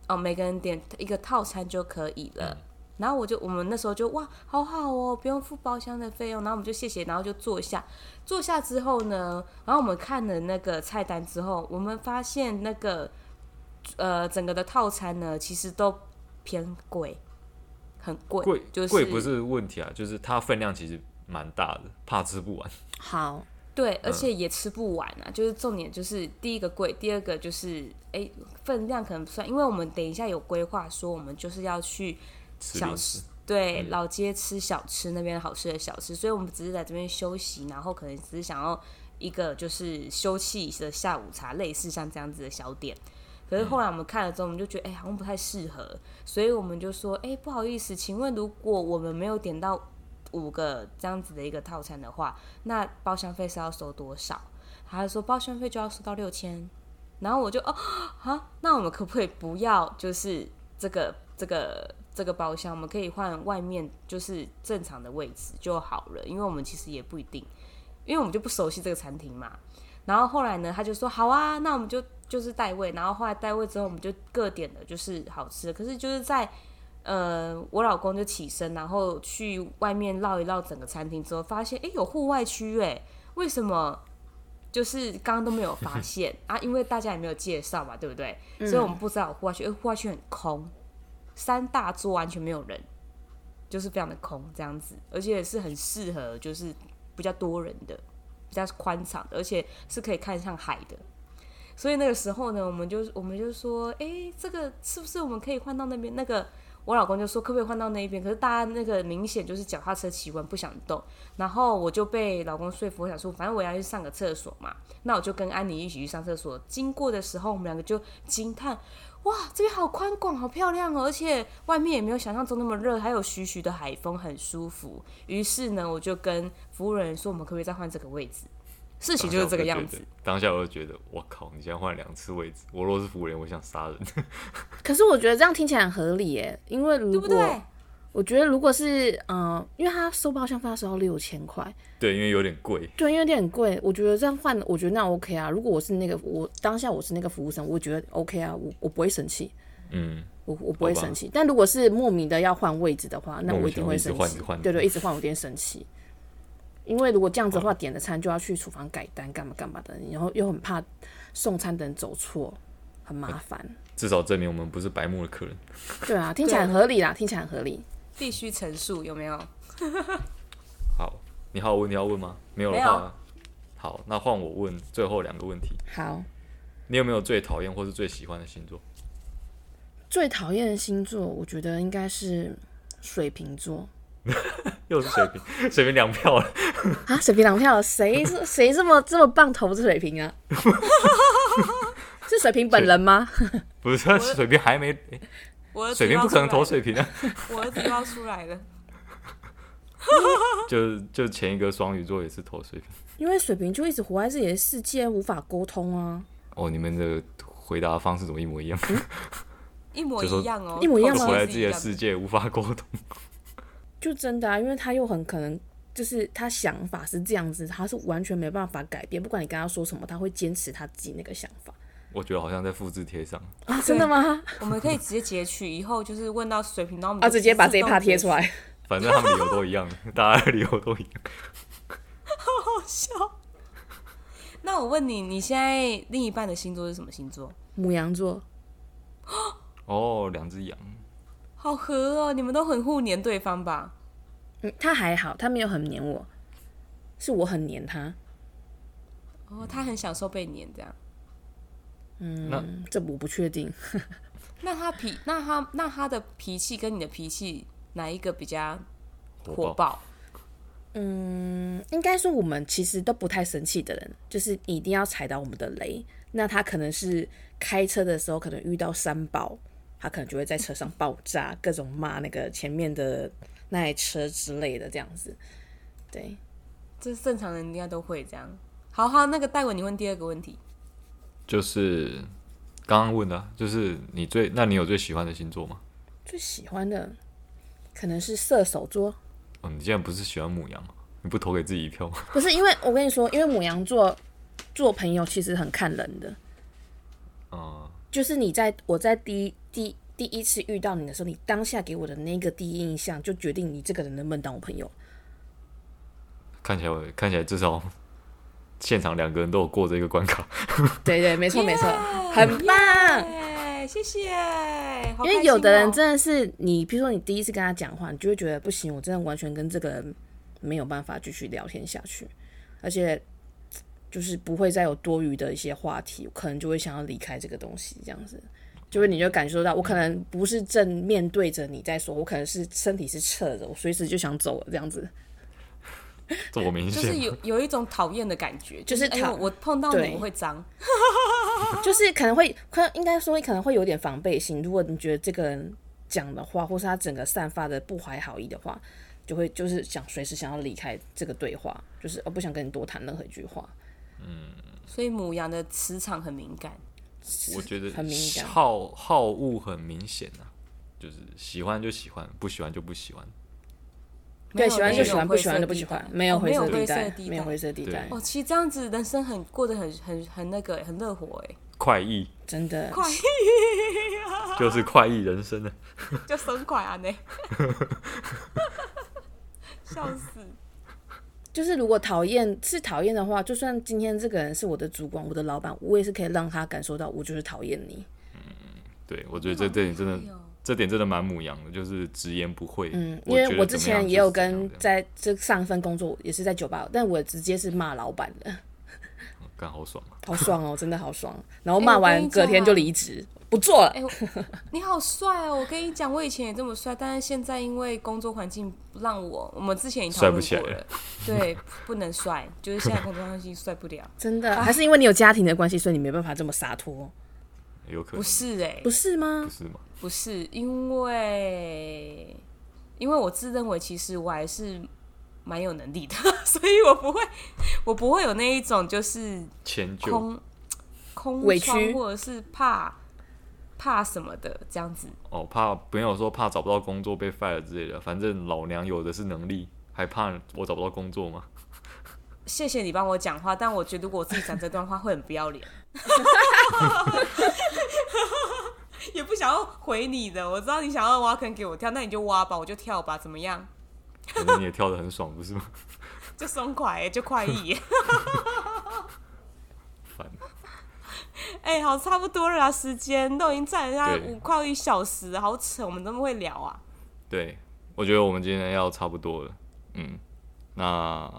Speaker 2: 哦，每个人点一个套餐就可以
Speaker 1: 嗯
Speaker 2: 了。然后我就我们那时候就哇，好好哦，不用付包厢的费用。然后我们就谢谢，然后就坐下。坐下之后呢，然后我们看了那个菜单之后，我们发现那个呃整个的套餐呢，其实都偏贵，很贵，
Speaker 1: 贵
Speaker 2: 就是
Speaker 1: 贵不是问题啊，就是它分量其实蛮大的，怕吃不完。
Speaker 3: 好，
Speaker 2: 对，而且也吃不完啊。就是重点就是第一个贵，第二个就是哎、分量可能不算，因为我们等一下有规划说我们就是要去
Speaker 1: 吃
Speaker 2: 小
Speaker 1: 零
Speaker 2: 吃
Speaker 1: 食，嗯
Speaker 2: 对，老街吃小吃那边好吃的小吃，所以我们只是在这边休息，然后可能只是想要一个就是休憩的下午茶，类似像这样子的小点。
Speaker 1: 嗯
Speaker 2: 可是后来我们看了之后，我们就觉得哎、好像不太适合，所以我们就说哎、不好意思，请问如果我们没有点到五个这样子的一个套餐的话，那包厢费是要收多少？他就说包厢费就要收到六千，然后我就哦啊，那我们可不可以不要就是这个这个这个包厢，我们可以换外面就是正常的位置就好了，因为我们其实也不一定，因为我们就不熟悉这个餐厅嘛。然后后来呢，他就说好啊，那我们就就是代位，然后后来代位之后，我们就各点的就是好吃的，可是就是在。呃，我老公就起身，然后去外面绕一绕整个餐厅之后，发现诶有户外区诶，为什么就是刚刚都没有发现啊？因为大家也没有介绍嘛，对不对？所以我们不知道有户外区，因为哎户外区很空，三大桌完全没有人，就是非常的空这样子，而且是很适合就是比较多人的、比较宽敞的，而且是可以看上海的。所以那个时候呢，我们就我们就说，哎、这个是不是我们可以换到那边？那个我老公就说可不可以换到那一边？可是大家那个明显就是脚踏车骑完不想动，然后我就被老公说服，我想说反正我要去上个厕所嘛，那我就跟安妮一起去上厕所。经过的时候，我们两个就惊叹：哇，这边好宽广，好漂亮哦！而且外面也没有想象中那么热，还有徐徐的海风，很舒服。于是呢，我就跟服务人员说，我们可不可以再换这个位置？ 事情就是这个样子。
Speaker 1: 当下我就觉得，当下我就觉得我靠，你现在换两次位置，我若是服务员，我想杀人。
Speaker 3: 可是我觉得这样听起来很合理耶，因为如
Speaker 2: 对
Speaker 3: 果
Speaker 2: 不对？
Speaker 3: 我觉得如果是嗯、呃因为他收包厢费他收到六千块，
Speaker 1: 对，因为有点贵，
Speaker 3: 对，因为有点贵，我觉得这样换，我觉得那 OK 啊。如果我是那个我当下我是那个服务生，我觉得 OK 啊，我我不会生气，
Speaker 1: 嗯，
Speaker 3: 我我不会
Speaker 1: 好吧
Speaker 3: 生气。但如果是莫名的要换位置的话，那
Speaker 1: 莫名
Speaker 3: 我
Speaker 1: 其
Speaker 3: 定
Speaker 1: 妙
Speaker 3: 会
Speaker 1: 一直
Speaker 3: 生
Speaker 1: 换一
Speaker 3: 气
Speaker 1: 直换。嗯
Speaker 3: 对对，一直换我一定生气。因为如果这样子的话，点的餐就要去厨房改单，干嘛干嘛的，然后又很怕送餐的人走错，很麻烦。
Speaker 1: 至少证明我们不是白目的客人。
Speaker 3: 对啊，听起来很合理啦，听起来很合理。
Speaker 2: 必须陈述有没有？
Speaker 1: 好，你还有问题要问吗？没有的
Speaker 2: 没有
Speaker 1: 话，好，那换我问最后两个问题。
Speaker 3: 好，
Speaker 1: 你有没有最讨厌或是最喜欢的星座？
Speaker 3: 最讨厌的星座，我觉得应该是水瓶座
Speaker 1: 又是水瓶， 水瓶两票了。
Speaker 3: 啊。水瓶两票，谁是谁这么这么棒投资水瓶啊？ 是水瓶本人吗？
Speaker 1: 不是水瓶还没，诶
Speaker 2: 我儿子
Speaker 1: 水瓶
Speaker 2: 要
Speaker 1: 不可能
Speaker 2: 出来
Speaker 1: 投
Speaker 2: 了
Speaker 1: 水，瓶啊，
Speaker 2: 我儿子又要出来 了。
Speaker 1: 就就前一个双鱼座也是投水瓶。
Speaker 3: 因为水瓶就一直活在自己的世界，无法沟通啊。
Speaker 1: 哦，你们的回答方式怎么一模一样？
Speaker 2: 一模一样哦，
Speaker 3: 一模一样
Speaker 1: 就
Speaker 3: 吗
Speaker 1: 活在
Speaker 2: 来
Speaker 1: 自己的世界，无法沟通。
Speaker 3: 就真的啊，因为他又很可能就是他想法是这样子，他是完全没办法改变，不管你跟他说什么，他会坚持他自己那个想法
Speaker 1: 我觉得好像在复制贴上。
Speaker 3: 啊。真的吗？
Speaker 2: 我们可以直接截取，以后就是问到水瓶，然后我们
Speaker 3: 啊，
Speaker 2: 就
Speaker 3: 直接把这一
Speaker 2: 自动
Speaker 3: 趴贴出
Speaker 2: 截
Speaker 3: 来
Speaker 2: 取，。
Speaker 1: 反正他们理由都一样，大家的理由都一样。
Speaker 2: 好笑。 那我问你，你现在另一半的星座是什么星座？
Speaker 3: 母羊座，
Speaker 1: 哦，两只羊，
Speaker 2: 好合哦，你们都很互黏对方吧？
Speaker 3: 嗯，他还好，他没有很黏我，是我很黏他。
Speaker 2: 哦，他很享受被黏这样。
Speaker 1: 那
Speaker 3: 嗯，这我不确定。
Speaker 2: 那他脾，那他那他的脾气跟你的脾气哪一个比较火
Speaker 1: 火
Speaker 2: 爆？
Speaker 3: 嗯，应该说我们其实都不太生气的人，就是你一定要踩到我们的雷。那他可能是开车的时候，可能遇到三宝，他可能就会在车上爆炸，各种骂那个前面的那台车之类的，这样子。对，
Speaker 2: 这是正常人应该都会这样。好好，那个戴文，你问第二个问题。
Speaker 1: 就是刚刚问的啊，就是你最，那你有最喜欢的星座吗？
Speaker 3: 最喜欢的可能是射手座，
Speaker 1: 哦，你竟然不是喜欢母羊，你不投给自己一票吗？
Speaker 3: 不是因为我跟你说，因为母羊座做朋友其实很看人的。
Speaker 1: 嗯，
Speaker 3: 就是你在我在第一第第一次遇到你的时候，你当下给我的那个第一印象，就决定你这个人能不能当我朋友。
Speaker 1: 看起来我看起来至少现场两个人都有过这个关卡。
Speaker 3: 对对，没错没错
Speaker 2: Yeah，
Speaker 3: 很棒。
Speaker 2: 哎，谢谢。好
Speaker 3: 因
Speaker 2: 开
Speaker 3: 为
Speaker 2: 心
Speaker 3: 有的人
Speaker 2: 哦
Speaker 3: 真的是你，比如说你第一次跟他讲话，你就会觉得不行，我真的完全跟这个人没有办法继续聊天下去，而且就是不会再有多余的一些话题，可能就会想要离开这个东西，这样子，就会你就感受到我可能不是正面对着你在说，我可能是身体是侧着，我随时就想走了这样子。
Speaker 1: 这我明
Speaker 2: 就是
Speaker 1: 显，
Speaker 2: 有有一种讨厌的感觉，
Speaker 3: 就是是
Speaker 2: 哎
Speaker 3: 讨
Speaker 2: 呦，我碰到
Speaker 3: 对
Speaker 2: 你我会脏，
Speaker 3: 就是可能会，可应该说可能会有点防备心。如果你觉得这个人讲的话，或是他整个散发的不怀好意的话，就会就是想随时想要离开这个对话，就是我、哦、不想跟你多谈任何一句话。
Speaker 2: 所以母羊的磁场很敏感。
Speaker 1: 我觉得
Speaker 3: 很敏感
Speaker 1: 好好恶很明显啊，就是喜欢就喜欢，不喜欢就不喜欢。
Speaker 2: 没
Speaker 3: 对，
Speaker 2: 有
Speaker 3: 喜欢
Speaker 2: 没
Speaker 3: 就
Speaker 2: 有
Speaker 3: 喜欢，不
Speaker 2: 灰
Speaker 3: 喜欢
Speaker 2: 色
Speaker 3: 就不
Speaker 2: 地
Speaker 3: 喜
Speaker 2: 带
Speaker 3: 欢，没有
Speaker 2: 哦
Speaker 3: 灰色地
Speaker 2: 色
Speaker 3: 带，
Speaker 2: 地
Speaker 3: 没有灰色地
Speaker 1: 对
Speaker 3: 带，
Speaker 2: 哦，其实这样子人生很过得很很很那个很乐活哎，
Speaker 1: 快意
Speaker 3: 真的。
Speaker 2: 快啊
Speaker 1: 就是快意人生啊。
Speaker 2: 就生快啊 呢， 笑死！
Speaker 3: 就是如果讨厌是讨厌的话，就算今天这个人是我的主管、我的老板，我也是可以让他感受到我就是讨厌你。
Speaker 1: 对，我觉得这这点真的
Speaker 2: 哎呦，
Speaker 1: 这点真的蛮母羊的，就是直言不讳。
Speaker 3: 嗯，因为
Speaker 1: 觉得
Speaker 3: 我之
Speaker 1: 怎么样
Speaker 3: 前
Speaker 1: 就
Speaker 3: 也有
Speaker 1: 是怎么
Speaker 3: 跟
Speaker 1: 样这样
Speaker 3: 在这上一份工作也是在酒吧，但我直接是骂老板的。
Speaker 1: 干好爽啊！
Speaker 3: 好爽哦，真的好爽。然后
Speaker 2: 哎
Speaker 3: 骂
Speaker 2: 我跟
Speaker 3: 完
Speaker 2: 你
Speaker 3: 隔
Speaker 2: 讲
Speaker 3: 天
Speaker 2: 啊
Speaker 3: 就离职，不做了。
Speaker 2: 哎、我你好帅哦！我跟你讲，我以前也这么帅，但是现在因为工作环境不让我，我们之前已经讨
Speaker 1: 帅不
Speaker 2: 论
Speaker 1: 起
Speaker 2: 过
Speaker 1: 来
Speaker 2: 了，对，不能帅，就是现在工作环境帅不 了。
Speaker 3: 真的，还是因为你有家庭的关系，所以你没办法这么洒脱，
Speaker 1: 有可
Speaker 2: 不
Speaker 1: 能
Speaker 2: 是哎、
Speaker 3: 不是吗
Speaker 1: 不？是吗？
Speaker 2: 不是，因为因为我自认为其实我还是蛮有能力的， 所以我不会，我不会有那一种就是
Speaker 1: 迁就
Speaker 2: 空空
Speaker 3: 委
Speaker 2: 窗
Speaker 3: 屈
Speaker 2: 或者是怕怕什么的这样子。
Speaker 1: 哦，怕朋友说怕找不到工作被 fire 之类的，反正老娘有的是能力，还怕我找不到工作吗？
Speaker 2: 谢谢你帮我讲话，但我觉得如果我自己讲这段话会很不要脸， 也不想要回你的。我知道你想要挖坑给我跳，那你就挖吧，我就跳吧，怎么样？
Speaker 1: 反正你也跳得很爽，不是吗？
Speaker 2: 就松快欸、就快 意、欸。
Speaker 1: 烦，
Speaker 2: 哎、好，差不多了啊，时间都已经占人家
Speaker 1: 对
Speaker 2: 五快一小时了，好扯，我们怎么会聊啊？
Speaker 1: 对，我觉得我们今天要差不多了。嗯，那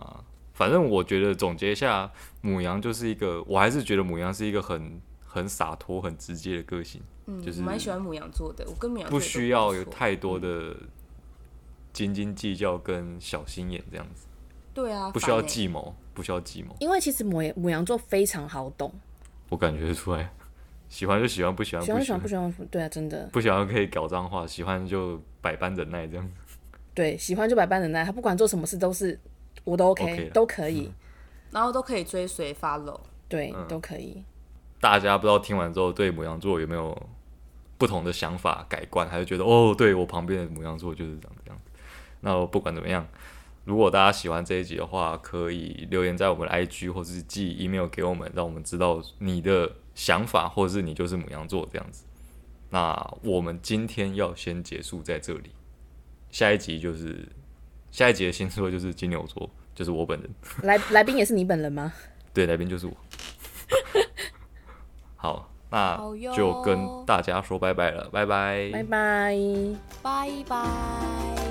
Speaker 1: 反正我觉得总结一下，母羊就是一个，我还是觉得母羊是一个很很洒脱、很直接的个性，
Speaker 2: 嗯，
Speaker 1: 就是
Speaker 2: 我蛮喜欢母羊座的，我跟母羊座
Speaker 1: 不
Speaker 2: 也都
Speaker 1: 需要有
Speaker 2: 错
Speaker 1: 太多的斤斤计较跟小心眼这样子，
Speaker 2: 对啊，
Speaker 1: 不需要
Speaker 2: 烦欸
Speaker 1: 计谋，不需要计谋。
Speaker 3: 因为其实母母羊座非常好懂，
Speaker 1: 我感觉得出来，喜欢就喜欢，不喜欢
Speaker 3: 喜
Speaker 1: 不
Speaker 3: 欢就
Speaker 1: 喜
Speaker 3: 喜
Speaker 1: 欢
Speaker 3: 欢，不喜欢不对啊，真的
Speaker 1: 不喜欢可以搞脏话，喜欢就百般忍耐这样子。
Speaker 3: 对，喜欢就百般忍耐，他不管做什么事都是我都 OK，,
Speaker 1: OK 嗯啦
Speaker 3: 都可以，
Speaker 2: 然后都可以追随 follow。
Speaker 3: 对，
Speaker 1: 嗯
Speaker 3: 都可以。
Speaker 1: 大家不知道听完之后对母羊座有没有不同的想法改观，还是觉得哦，对我旁边的母羊座就是长这样子。那我不管怎么样，如果大家喜欢这一集的话，可以留言在我们的 IG 或是寄 email 给我们，让我们知道你的想法，或者是你就是母羊座这样子。那我们今天要先结束在这里，下一集就是下一集的新说就是金牛座，就是我本人。
Speaker 3: 来来宾也是你本人吗？
Speaker 1: 对，来宾就是我。 好，那
Speaker 2: 好哟
Speaker 1: 就跟大家说拜拜了，拜拜
Speaker 3: 拜拜。
Speaker 2: 拜拜。